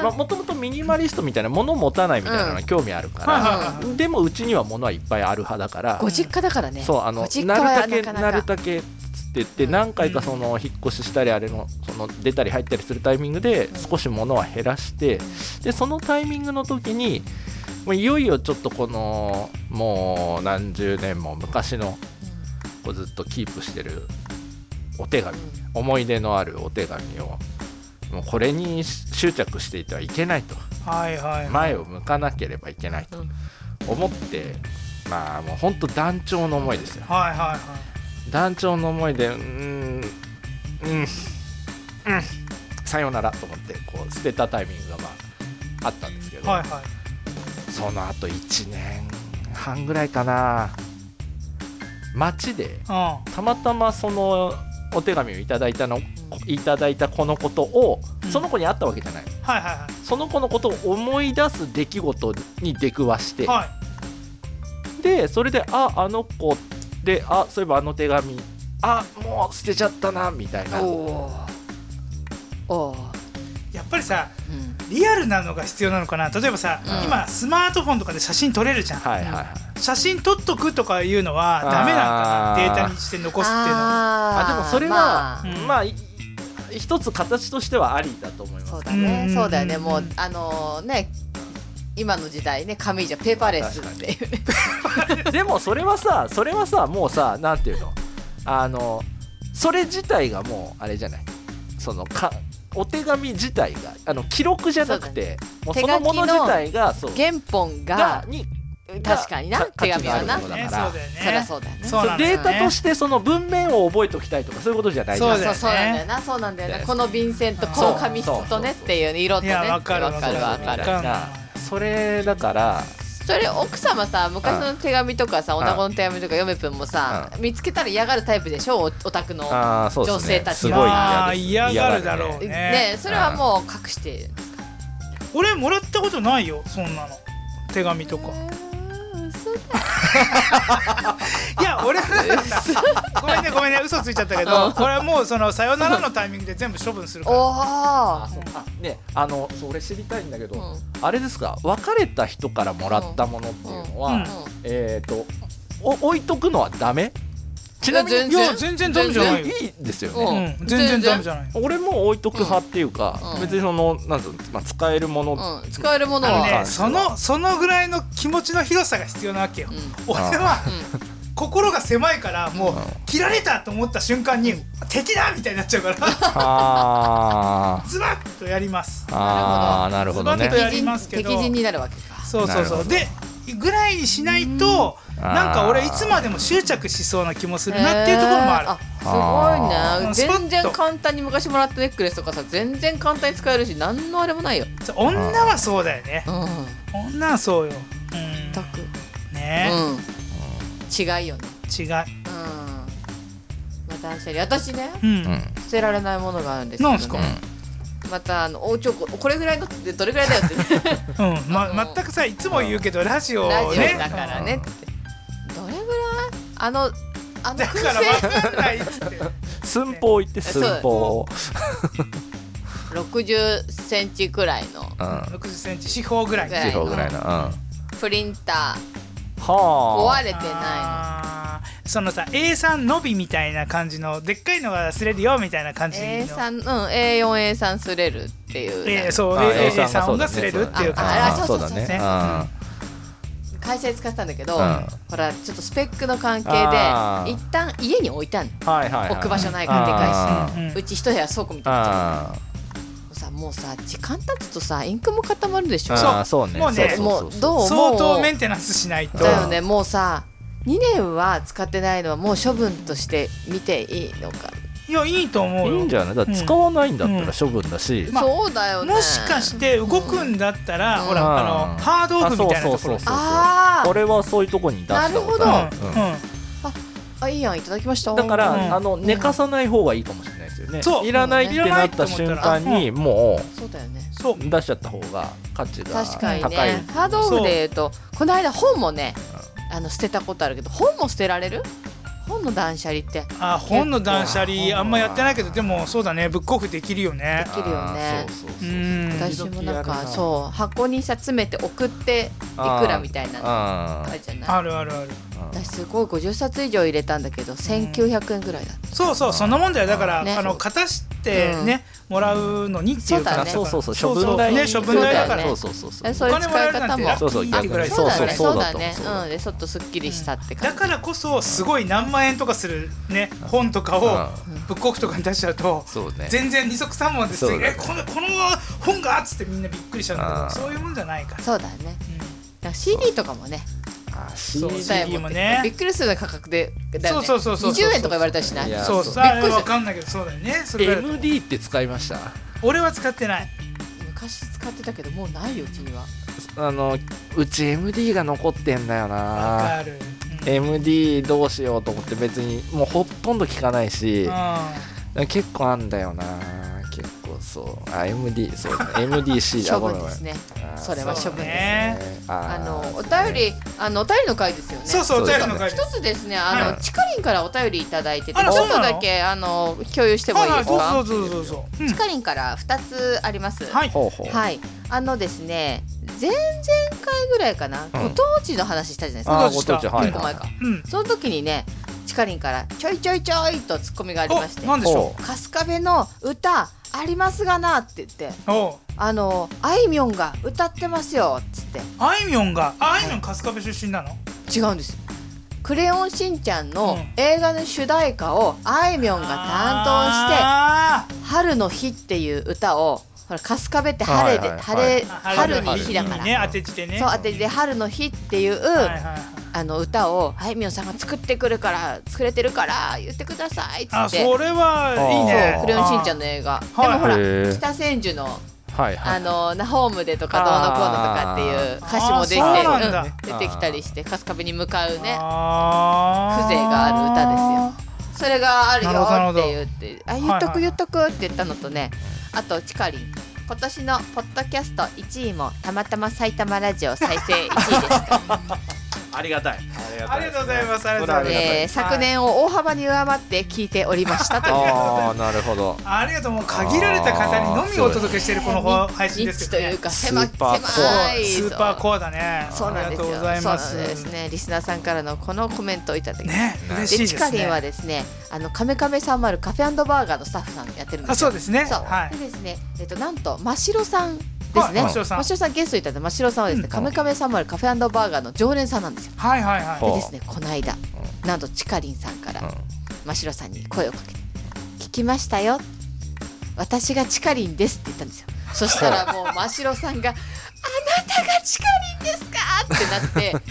[SPEAKER 2] え
[SPEAKER 3] まあもともとミニマリストみたいな物を持たないみたいなの
[SPEAKER 2] う
[SPEAKER 3] が
[SPEAKER 2] ん
[SPEAKER 3] 興味あるか
[SPEAKER 1] はい
[SPEAKER 3] ら、
[SPEAKER 1] はいはい
[SPEAKER 3] でもうちには物はいっぱいある派だから
[SPEAKER 2] ご実家だからね
[SPEAKER 3] そうあの
[SPEAKER 2] ご実
[SPEAKER 3] な
[SPEAKER 2] 家
[SPEAKER 3] る
[SPEAKER 2] は
[SPEAKER 3] だ
[SPEAKER 2] な
[SPEAKER 3] け
[SPEAKER 2] か
[SPEAKER 3] な
[SPEAKER 2] なか
[SPEAKER 3] るだけっつって言って
[SPEAKER 2] うん
[SPEAKER 3] 何回かその引っ越ししたりあれのその出たり入ったりするタイミングで
[SPEAKER 2] うん
[SPEAKER 3] 少し物は減らしてでそのタイミングの時にもういよいよちょっとこのもう何十年も昔のこうずっとキープしてるお手紙思い出のあるお手紙をもうこれに執着していてはいけないと
[SPEAKER 1] はいはい
[SPEAKER 3] 前を向かなければいけないと
[SPEAKER 2] うん
[SPEAKER 3] 思ってまあもう本当団長の思いですよ
[SPEAKER 1] はいはいはい
[SPEAKER 3] 団長の思いでうーんうんうんさよならと思ってこう捨てたタイミングがまああったんですけど、
[SPEAKER 1] はいはい
[SPEAKER 3] その後1年半ぐらいかな街で
[SPEAKER 1] あ
[SPEAKER 3] たまたまそのお手紙をいただいたのいただいた子のことを
[SPEAKER 1] うん
[SPEAKER 3] その子に会ったわけじゃない、
[SPEAKER 1] あはいは
[SPEAKER 3] その子のことを思い出す出来事に出くわして、
[SPEAKER 1] いはいはい
[SPEAKER 3] でそれでああの子であそういえばあの手紙あもう捨てちゃったなみたいな
[SPEAKER 2] おおおー
[SPEAKER 1] やっぱりさ
[SPEAKER 2] うん
[SPEAKER 1] リアルなのが必要なのかな例えばさ、
[SPEAKER 2] うん
[SPEAKER 1] 今スマートフォンとかで写真撮れるじゃん、
[SPEAKER 3] はいはいはい
[SPEAKER 1] 写真撮っとくとかいうのはダメなんかな
[SPEAKER 3] あー
[SPEAKER 1] データにして残すっていうのは
[SPEAKER 2] あ
[SPEAKER 3] あ
[SPEAKER 2] ー
[SPEAKER 3] でもそれは、
[SPEAKER 2] まあ
[SPEAKER 1] うん
[SPEAKER 3] まあい一つ形としてはありだと思います
[SPEAKER 2] そうだね、
[SPEAKER 1] うん
[SPEAKER 2] そうだよね、も
[SPEAKER 1] う
[SPEAKER 2] うんあのね今の時代ね紙じゃペーパーレスって <laughs> いうね
[SPEAKER 3] でもそれはさそれはさもうさなんていうのあのそれ自体がもうあれじゃないそのかお手紙自体があの記録じゃなくてもう
[SPEAKER 2] 手
[SPEAKER 3] そ
[SPEAKER 2] 書き
[SPEAKER 3] の
[SPEAKER 2] の
[SPEAKER 3] もの自体がそう
[SPEAKER 2] 原本
[SPEAKER 3] が
[SPEAKER 2] が
[SPEAKER 3] にが
[SPEAKER 2] 確かにな
[SPEAKER 3] か
[SPEAKER 2] 手紙は
[SPEAKER 3] 価値が
[SPEAKER 2] な
[SPEAKER 3] ある
[SPEAKER 2] そ
[SPEAKER 3] も
[SPEAKER 2] り
[SPEAKER 3] の
[SPEAKER 1] ね
[SPEAKER 3] だ
[SPEAKER 1] そう
[SPEAKER 3] から
[SPEAKER 1] だよね
[SPEAKER 2] ゃそうだよね
[SPEAKER 1] そうなんだよね
[SPEAKER 3] データとしてその文面を覚えておきたいとかそういうことじゃない
[SPEAKER 1] そうだよね
[SPEAKER 2] そうそうなんだよなそうなんだよ
[SPEAKER 3] だ
[SPEAKER 2] な
[SPEAKER 3] よ
[SPEAKER 2] この便箋と
[SPEAKER 1] うん
[SPEAKER 2] この紙質とねっ
[SPEAKER 3] そうそうそう
[SPEAKER 2] ていう色と
[SPEAKER 1] い
[SPEAKER 2] ね
[SPEAKER 1] や
[SPEAKER 2] わ
[SPEAKER 1] わ
[SPEAKER 2] か
[SPEAKER 1] か
[SPEAKER 2] る
[SPEAKER 1] る
[SPEAKER 2] わかるわ
[SPEAKER 1] わ
[SPEAKER 2] か
[SPEAKER 1] か
[SPEAKER 2] る
[SPEAKER 1] る
[SPEAKER 3] それだから
[SPEAKER 2] それ奥様さ昔の手紙とかさ
[SPEAKER 3] ん
[SPEAKER 2] おなごの手紙とか嫁ぷんもさ見つけたら嫌がるタイプでしょおお宅の
[SPEAKER 3] あーそうですね
[SPEAKER 2] 女性たち
[SPEAKER 3] すごい
[SPEAKER 1] まあ
[SPEAKER 3] 嫌です
[SPEAKER 1] 嫌がるだろうね
[SPEAKER 3] 嫌
[SPEAKER 2] ねそれはもう隠している
[SPEAKER 1] 俺もらったことないよそんなの手紙とか
[SPEAKER 2] うん嘘だ
[SPEAKER 1] いや俺はなんだごめんねごめんね嘘ついちゃったけどこれはもうそのさよならのタイミングで全部処分するから
[SPEAKER 2] お
[SPEAKER 3] あそうあねあのそう俺知りたいんだけど、
[SPEAKER 2] お、うん
[SPEAKER 3] あれですか別れた人からもらったものっていうのは、
[SPEAKER 1] うん
[SPEAKER 3] えっ、とお置いとくのはダメちなみに
[SPEAKER 2] 全
[SPEAKER 1] い
[SPEAKER 2] 然
[SPEAKER 1] や全然ダメじゃないよ
[SPEAKER 3] いいですよ
[SPEAKER 2] う
[SPEAKER 3] ね、
[SPEAKER 2] ん
[SPEAKER 1] うん全然ダメじゃない
[SPEAKER 3] 俺も置いとく派っていうか、
[SPEAKER 2] うん
[SPEAKER 3] 別にそのなんつうの、まあ、使えるもの、
[SPEAKER 2] うん、使えるもの
[SPEAKER 1] あ
[SPEAKER 2] は、
[SPEAKER 1] のね
[SPEAKER 3] うん
[SPEAKER 1] そのそのぐらいの気持ちの広さが必要なわけよ
[SPEAKER 2] うん
[SPEAKER 1] 俺は心が狭いからもう切られたと思った瞬間に敵だみたいになっちゃうから
[SPEAKER 3] あ
[SPEAKER 2] <laughs>
[SPEAKER 3] ー
[SPEAKER 1] ズバッとやります
[SPEAKER 3] あーなるほど
[SPEAKER 1] ズバッと
[SPEAKER 3] ね
[SPEAKER 1] やりますけ
[SPEAKER 2] 敵
[SPEAKER 1] ど
[SPEAKER 2] 人になるわけか
[SPEAKER 1] そうそうそ
[SPEAKER 3] なるほ
[SPEAKER 1] う
[SPEAKER 3] ど
[SPEAKER 1] でぐらいにしないと
[SPEAKER 3] ん
[SPEAKER 1] なんか俺いつまでも執着しそうな気もするなっていうところもある、
[SPEAKER 2] えーあ
[SPEAKER 1] あー
[SPEAKER 2] すごいね
[SPEAKER 1] スパ
[SPEAKER 2] 全然
[SPEAKER 1] ッと
[SPEAKER 2] 簡単に昔もらったネックレスとかさ全然簡単に使えるし何のあれもないよ
[SPEAKER 1] そう女はそうだよね
[SPEAKER 2] うん
[SPEAKER 1] 女はそうようん
[SPEAKER 2] 全く
[SPEAKER 1] ね、
[SPEAKER 2] うん違いよね
[SPEAKER 1] 違い
[SPEAKER 2] うんまあ断捨離私ね
[SPEAKER 1] うん、
[SPEAKER 3] うん
[SPEAKER 2] 捨てられないものがあるんですけど、
[SPEAKER 1] な
[SPEAKER 2] ね、
[SPEAKER 1] んすか
[SPEAKER 2] またあのおうちょここれぐらいのってどれぐらいだ
[SPEAKER 1] <laughs>
[SPEAKER 2] よって
[SPEAKER 1] うん、
[SPEAKER 2] あ
[SPEAKER 1] ま
[SPEAKER 2] の
[SPEAKER 1] 全くさいつも言うけどラジオをね
[SPEAKER 2] ラジオだからねってどれぐらいあのあの
[SPEAKER 1] だ
[SPEAKER 2] 燻
[SPEAKER 1] から
[SPEAKER 2] 製
[SPEAKER 1] 分かんないっつって
[SPEAKER 3] 寸法行って寸法
[SPEAKER 2] 60センチくらいの
[SPEAKER 3] うん
[SPEAKER 1] 60センチ四方ぐらい
[SPEAKER 2] ぐらい
[SPEAKER 3] 地方ぐらいのうんは
[SPEAKER 2] プリンター壊
[SPEAKER 3] あ
[SPEAKER 2] れてない
[SPEAKER 1] あーそのさ A3 のびみたいな感じのでっかいのが擦れるよみたいな感
[SPEAKER 2] の
[SPEAKER 1] じの
[SPEAKER 2] A3 うん A4A3 擦れるっていう、
[SPEAKER 1] えーそう
[SPEAKER 3] あ
[SPEAKER 1] A-
[SPEAKER 3] ー
[SPEAKER 1] A3 が擦れるっていう
[SPEAKER 2] あ
[SPEAKER 1] 感
[SPEAKER 2] あ
[SPEAKER 3] あー
[SPEAKER 2] そう
[SPEAKER 3] そ
[SPEAKER 2] そう
[SPEAKER 3] うだ
[SPEAKER 2] そう
[SPEAKER 3] ね
[SPEAKER 1] ね
[SPEAKER 3] う
[SPEAKER 2] 会社で使ってたんだけど、
[SPEAKER 3] うん
[SPEAKER 2] ほらちょっとスペックの関係
[SPEAKER 3] あー
[SPEAKER 2] で一旦家に置いたん
[SPEAKER 3] んはいはいはい
[SPEAKER 2] 置く場所ないからでか
[SPEAKER 3] あ
[SPEAKER 1] じ、うんうん
[SPEAKER 2] うち一部屋倉庫みたいになっちゃ
[SPEAKER 3] あ
[SPEAKER 2] うさもうさ時間経つとさインクも固まるでしょ
[SPEAKER 1] そう
[SPEAKER 3] あーそうね
[SPEAKER 1] もうね
[SPEAKER 3] そ
[SPEAKER 2] も
[SPEAKER 3] そうそ
[SPEAKER 2] どう
[SPEAKER 1] 相
[SPEAKER 2] 思
[SPEAKER 1] 当
[SPEAKER 2] う
[SPEAKER 1] メンテナンスしないと
[SPEAKER 2] だよねもうさ2年は使ってないのはもう処分として見ていいのか、
[SPEAKER 1] いやいいと思う
[SPEAKER 3] い
[SPEAKER 1] よ
[SPEAKER 3] いんじゃないだから使わないんだったら処分だし、
[SPEAKER 1] まあ
[SPEAKER 2] そうだよね
[SPEAKER 1] もしかして動くんだったら、
[SPEAKER 2] うん
[SPEAKER 1] ほら、
[SPEAKER 3] うん
[SPEAKER 1] あのハードオフみたいなところ
[SPEAKER 3] あそうそうそう
[SPEAKER 2] あー
[SPEAKER 3] 俺はそういうとこに出したこと
[SPEAKER 2] な
[SPEAKER 3] あ
[SPEAKER 2] る
[SPEAKER 3] る
[SPEAKER 1] うん
[SPEAKER 3] うん
[SPEAKER 1] うん
[SPEAKER 2] あいいやんいただきました
[SPEAKER 3] だから、
[SPEAKER 1] うん
[SPEAKER 3] あの寝かさない方がいいかもしれないですよね、
[SPEAKER 1] そう
[SPEAKER 3] いらないってなった瞬間にも
[SPEAKER 2] そうだよね
[SPEAKER 1] そう
[SPEAKER 3] う出しちゃった方が価値が
[SPEAKER 2] 確か
[SPEAKER 3] 高い
[SPEAKER 2] にねハードオフで言うとこの間本もねあの捨てたことあるけど本も捨てられる本の断捨離って
[SPEAKER 1] あ本の断捨
[SPEAKER 3] 結構
[SPEAKER 1] 離あんまやってないけどでもそうだねブックオフできるよね
[SPEAKER 2] できるよね
[SPEAKER 3] あーそうそう
[SPEAKER 1] う
[SPEAKER 3] そう、
[SPEAKER 1] ん
[SPEAKER 2] 私もなん
[SPEAKER 3] 時々や
[SPEAKER 2] か
[SPEAKER 3] るな
[SPEAKER 2] そう箱にさ詰めて送っていくらみたいなの
[SPEAKER 3] あ
[SPEAKER 2] あ
[SPEAKER 3] ー
[SPEAKER 2] るじゃない
[SPEAKER 1] あるあるある
[SPEAKER 3] あー
[SPEAKER 2] 私すごい50冊以上入れたんだけど1900円ぐらいだった
[SPEAKER 1] そうそうそんなもんだよだから、
[SPEAKER 2] ね
[SPEAKER 1] あの片してね、もらうのにっていう
[SPEAKER 2] そうだ
[SPEAKER 1] か
[SPEAKER 2] ね
[SPEAKER 3] そうそうそう処分代
[SPEAKER 1] ね処分代だから
[SPEAKER 3] そうそうそうそう
[SPEAKER 2] そういう使い方も
[SPEAKER 3] そうそう
[SPEAKER 1] いいってぐらい
[SPEAKER 3] そう
[SPEAKER 2] だ
[SPEAKER 3] そう
[SPEAKER 2] ね
[SPEAKER 3] そ
[SPEAKER 2] そうう
[SPEAKER 3] だ
[SPEAKER 2] だ
[SPEAKER 3] と思う
[SPEAKER 2] ね
[SPEAKER 3] そうだと思う
[SPEAKER 2] うんでちょっとすっきりしたって
[SPEAKER 1] だ
[SPEAKER 2] 感じ
[SPEAKER 1] からこそすごい何万円とかするね本とかを
[SPEAKER 3] うん
[SPEAKER 1] ブックオフとかに出しちゃうと
[SPEAKER 3] そうね
[SPEAKER 1] 全然二足三本です、
[SPEAKER 3] そうだ
[SPEAKER 1] え
[SPEAKER 3] ね
[SPEAKER 1] このこの本がっつってみんなびっくりしちゃうんだ
[SPEAKER 3] あー
[SPEAKER 1] けどそういうもんじゃないから、
[SPEAKER 2] そうだね
[SPEAKER 1] うん
[SPEAKER 2] だから CD とかもね
[SPEAKER 3] あ
[SPEAKER 1] そう
[SPEAKER 3] CG
[SPEAKER 1] も
[SPEAKER 2] 持って
[SPEAKER 1] ね
[SPEAKER 2] びっくりするような価格でだ
[SPEAKER 1] そ
[SPEAKER 2] よ
[SPEAKER 1] う
[SPEAKER 2] ね
[SPEAKER 1] そうそうそう
[SPEAKER 2] 20円とか言われたりしない
[SPEAKER 3] いや
[SPEAKER 1] そう
[SPEAKER 3] そう
[SPEAKER 1] さあ
[SPEAKER 2] びっくりす
[SPEAKER 1] 分
[SPEAKER 2] る
[SPEAKER 1] かんないけどそうだよねそれから
[SPEAKER 3] MD って使いました
[SPEAKER 1] 俺は使ってない
[SPEAKER 2] 昔使ってたけどもうないようちには
[SPEAKER 3] あのうち MD が残ってんだよ
[SPEAKER 1] わ
[SPEAKER 3] な
[SPEAKER 1] かる、うん
[SPEAKER 3] MD どうしようと思って別にもうほとんど聞かないし
[SPEAKER 1] う
[SPEAKER 3] 結構あんだよな結構そうあ MD そ
[SPEAKER 2] <laughs>
[SPEAKER 3] う MDC あ
[SPEAKER 2] 処
[SPEAKER 3] ごめん
[SPEAKER 2] 分
[SPEAKER 3] ご
[SPEAKER 2] で
[SPEAKER 3] めん
[SPEAKER 2] すね
[SPEAKER 3] あー
[SPEAKER 2] それは処分です
[SPEAKER 1] ね
[SPEAKER 3] ー
[SPEAKER 2] あの
[SPEAKER 3] そ
[SPEAKER 2] お
[SPEAKER 3] うね
[SPEAKER 2] 便りあのお便りの回ですよね
[SPEAKER 1] んそうそうお
[SPEAKER 3] そう
[SPEAKER 1] 便りの会
[SPEAKER 2] 一つですねあの、
[SPEAKER 1] はい
[SPEAKER 2] チカリンからお便りいただいててち
[SPEAKER 1] あら
[SPEAKER 2] ょっ
[SPEAKER 1] そう
[SPEAKER 2] と
[SPEAKER 1] なの
[SPEAKER 2] だけあの共有してもい
[SPEAKER 1] はいはい
[SPEAKER 2] いです
[SPEAKER 1] そうそ
[SPEAKER 2] か
[SPEAKER 1] うそうそうそう、うん
[SPEAKER 2] チカリンから二つあります
[SPEAKER 1] はい
[SPEAKER 3] ほうほう
[SPEAKER 2] はいあのですね前々回ぐらいかな、
[SPEAKER 3] うん
[SPEAKER 2] ご当地の話したじゃないですか
[SPEAKER 3] あー
[SPEAKER 1] ご
[SPEAKER 3] ご
[SPEAKER 1] 当
[SPEAKER 3] 当
[SPEAKER 1] 地
[SPEAKER 3] 地
[SPEAKER 1] だ
[SPEAKER 3] はい
[SPEAKER 2] 結構前か
[SPEAKER 1] うん
[SPEAKER 2] その時にねチカリンからちょいちょいちょいとツッコミがありまして
[SPEAKER 1] おなんでしょ
[SPEAKER 3] ほ
[SPEAKER 2] 「春日部の歌ありますがな」って言って
[SPEAKER 1] うおう
[SPEAKER 2] あのあいみょんが歌ってますよっつって
[SPEAKER 1] あいみょんがああいみょん春日部出身なの
[SPEAKER 2] 違うんですクレヨンしんちゃん
[SPEAKER 1] う
[SPEAKER 2] の
[SPEAKER 1] ん
[SPEAKER 2] 映画の主題歌をあいみょんが担当して「春の日」っていう歌をほら春日部って晴れで、
[SPEAKER 3] はいはい
[SPEAKER 2] 晴れ
[SPEAKER 1] あー
[SPEAKER 2] 春に日だから、
[SPEAKER 1] 春にね当て字でね
[SPEAKER 2] そう当て字で「春の日」っていう、
[SPEAKER 1] はいはいはい
[SPEAKER 2] あの歌をあいみょんさんが作ってくるから作れてるから言ってくださいっつ
[SPEAKER 1] あ
[SPEAKER 2] って
[SPEAKER 1] それはいいね
[SPEAKER 2] そうクレヨンしんちゃん
[SPEAKER 1] の
[SPEAKER 2] の映画
[SPEAKER 1] あー
[SPEAKER 2] でもほら
[SPEAKER 3] へー
[SPEAKER 2] 北千住の
[SPEAKER 3] はいは
[SPEAKER 2] あ
[SPEAKER 3] い
[SPEAKER 2] のナホームでとかどうのこうのとかっていう歌詞もできて、
[SPEAKER 1] あーそうなんだ
[SPEAKER 2] うん出てきたりして春日部に向かうね
[SPEAKER 1] 風
[SPEAKER 2] 風情がある歌
[SPEAKER 1] ですよ
[SPEAKER 2] それがあるよ
[SPEAKER 1] なるほどなるほど
[SPEAKER 2] って言ってあ言っと
[SPEAKER 1] はいはいは
[SPEAKER 2] く
[SPEAKER 1] い
[SPEAKER 2] 言っとくって言ったのとねあとチカリン今年のポッドキャスト1位もたまたま埼玉ラジオ再生1位でした、
[SPEAKER 3] ありがたい
[SPEAKER 1] ありがとうございますありがとうご <laughs> ざいます
[SPEAKER 3] それはありがた
[SPEAKER 2] えー昨年を大幅に上回って聞いておりましたという
[SPEAKER 3] ああなるほど
[SPEAKER 1] ありがとうもう限られた方にのみお届けしてるこの配信
[SPEAKER 2] ニ
[SPEAKER 1] で <laughs>
[SPEAKER 2] ッチ
[SPEAKER 1] す
[SPEAKER 2] と
[SPEAKER 1] けど
[SPEAKER 2] い
[SPEAKER 1] ね
[SPEAKER 2] うか狭
[SPEAKER 3] スーパーコア
[SPEAKER 2] 狭い
[SPEAKER 1] スーパーコアだね
[SPEAKER 2] そうなんですよ
[SPEAKER 1] ありがとうございます
[SPEAKER 2] そうなんですねリスナーさんからのこのコメントをいただき
[SPEAKER 1] ね嬉しい
[SPEAKER 2] で
[SPEAKER 1] です
[SPEAKER 2] チ
[SPEAKER 1] ね
[SPEAKER 2] カリンはですねあのカメカメさんまるカフェバーガーのスタッフさんやってるんで
[SPEAKER 1] あ
[SPEAKER 2] すよ
[SPEAKER 1] そうですね
[SPEAKER 2] そう、
[SPEAKER 1] はい
[SPEAKER 2] でですねえっとなんと真城さんですね、
[SPEAKER 1] はい真城
[SPEAKER 2] 真
[SPEAKER 1] さ
[SPEAKER 2] 城さ
[SPEAKER 1] ん
[SPEAKER 2] んゲストいただいて真城さんはですね、
[SPEAKER 3] うん
[SPEAKER 2] カメカメさんまるカフェバーガーの常連さんなんですよ
[SPEAKER 1] はいはいはい
[SPEAKER 3] ほ
[SPEAKER 2] で
[SPEAKER 3] う
[SPEAKER 2] ですねこの間、なんとチカリンさんから、真城さんに声をかけて「聞きましたよ私がチカリンです」って言ったんですよそした
[SPEAKER 3] <laughs>
[SPEAKER 2] らもう真城さんが「あなたがチカリンですか!」って
[SPEAKER 3] <laughs>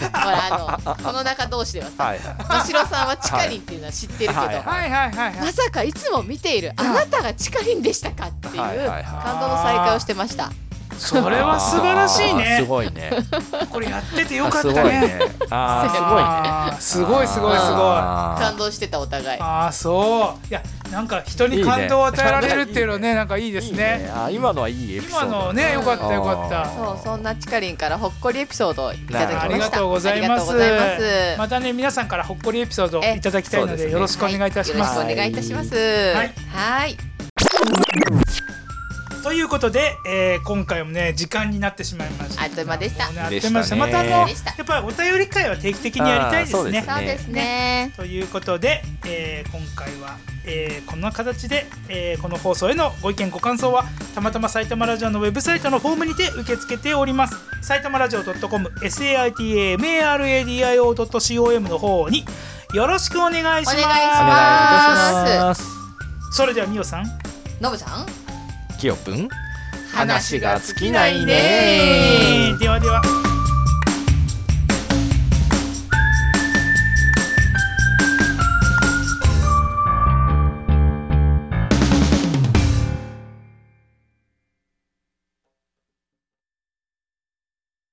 [SPEAKER 2] なっ てほらあのこの中同士ではさ
[SPEAKER 3] はい
[SPEAKER 2] 真城さんはチカリンっていうのは知ってるけど、
[SPEAKER 3] はいは
[SPEAKER 1] はいはいはいは
[SPEAKER 2] ま
[SPEAKER 1] い
[SPEAKER 2] さかいつも見ているあなたがチカリンでしたかっていう
[SPEAKER 3] はいはいはい
[SPEAKER 2] 感動の再会をしてました
[SPEAKER 1] それは素晴らしい
[SPEAKER 3] あー
[SPEAKER 1] ね
[SPEAKER 3] すごいね
[SPEAKER 1] これやっててよかった
[SPEAKER 3] あすごい
[SPEAKER 1] ね
[SPEAKER 3] あ
[SPEAKER 1] あーすごいすごいすごい
[SPEAKER 3] あー
[SPEAKER 2] 感動してたお互い
[SPEAKER 1] ああそういやなんか人に感動を与えられるっていうのはねなんかいいです
[SPEAKER 3] いい
[SPEAKER 1] ね
[SPEAKER 3] ねあ今のはいいエピソー
[SPEAKER 1] 今
[SPEAKER 3] ド
[SPEAKER 1] のねよかったよかった
[SPEAKER 3] あ
[SPEAKER 2] そうそんなチカリンからほっこりエピソードをいただきま
[SPEAKER 1] あ
[SPEAKER 2] した
[SPEAKER 3] なるほど
[SPEAKER 1] りがとうございます
[SPEAKER 2] ありがとうございま
[SPEAKER 1] またね皆さんからほっこりエピソードを
[SPEAKER 2] え
[SPEAKER 1] いただきたいの
[SPEAKER 3] そうで
[SPEAKER 1] です
[SPEAKER 3] ね
[SPEAKER 1] よろしくお願いいたします
[SPEAKER 2] はよろしくお願いいたします
[SPEAKER 1] はい
[SPEAKER 2] はい
[SPEAKER 1] ということで、えー今回もね時間になってしまいました
[SPEAKER 2] あっという間でした
[SPEAKER 1] もうねあっという間でしたま
[SPEAKER 3] でしたね
[SPEAKER 1] たあのやっ
[SPEAKER 2] でした
[SPEAKER 1] ぱりお便り会は定期的にやりたいで
[SPEAKER 3] あーそ
[SPEAKER 1] す
[SPEAKER 3] う
[SPEAKER 1] ね
[SPEAKER 3] ですね
[SPEAKER 2] そうですね
[SPEAKER 1] ということで、えー今回は、えーこんな形で、えーこの放送へのご意見ご感想はたまたま埼玉ラジオのウェブサイトのフォームにて受け付けております埼玉ラジオ .com saitamaradio.com の方によろしくお願いします
[SPEAKER 2] お願いしま
[SPEAKER 3] お願いいたします
[SPEAKER 1] それではみおさん
[SPEAKER 2] ノブさん
[SPEAKER 3] きよぷん
[SPEAKER 2] 話が尽きない
[SPEAKER 1] えー
[SPEAKER 2] ね
[SPEAKER 1] ではでは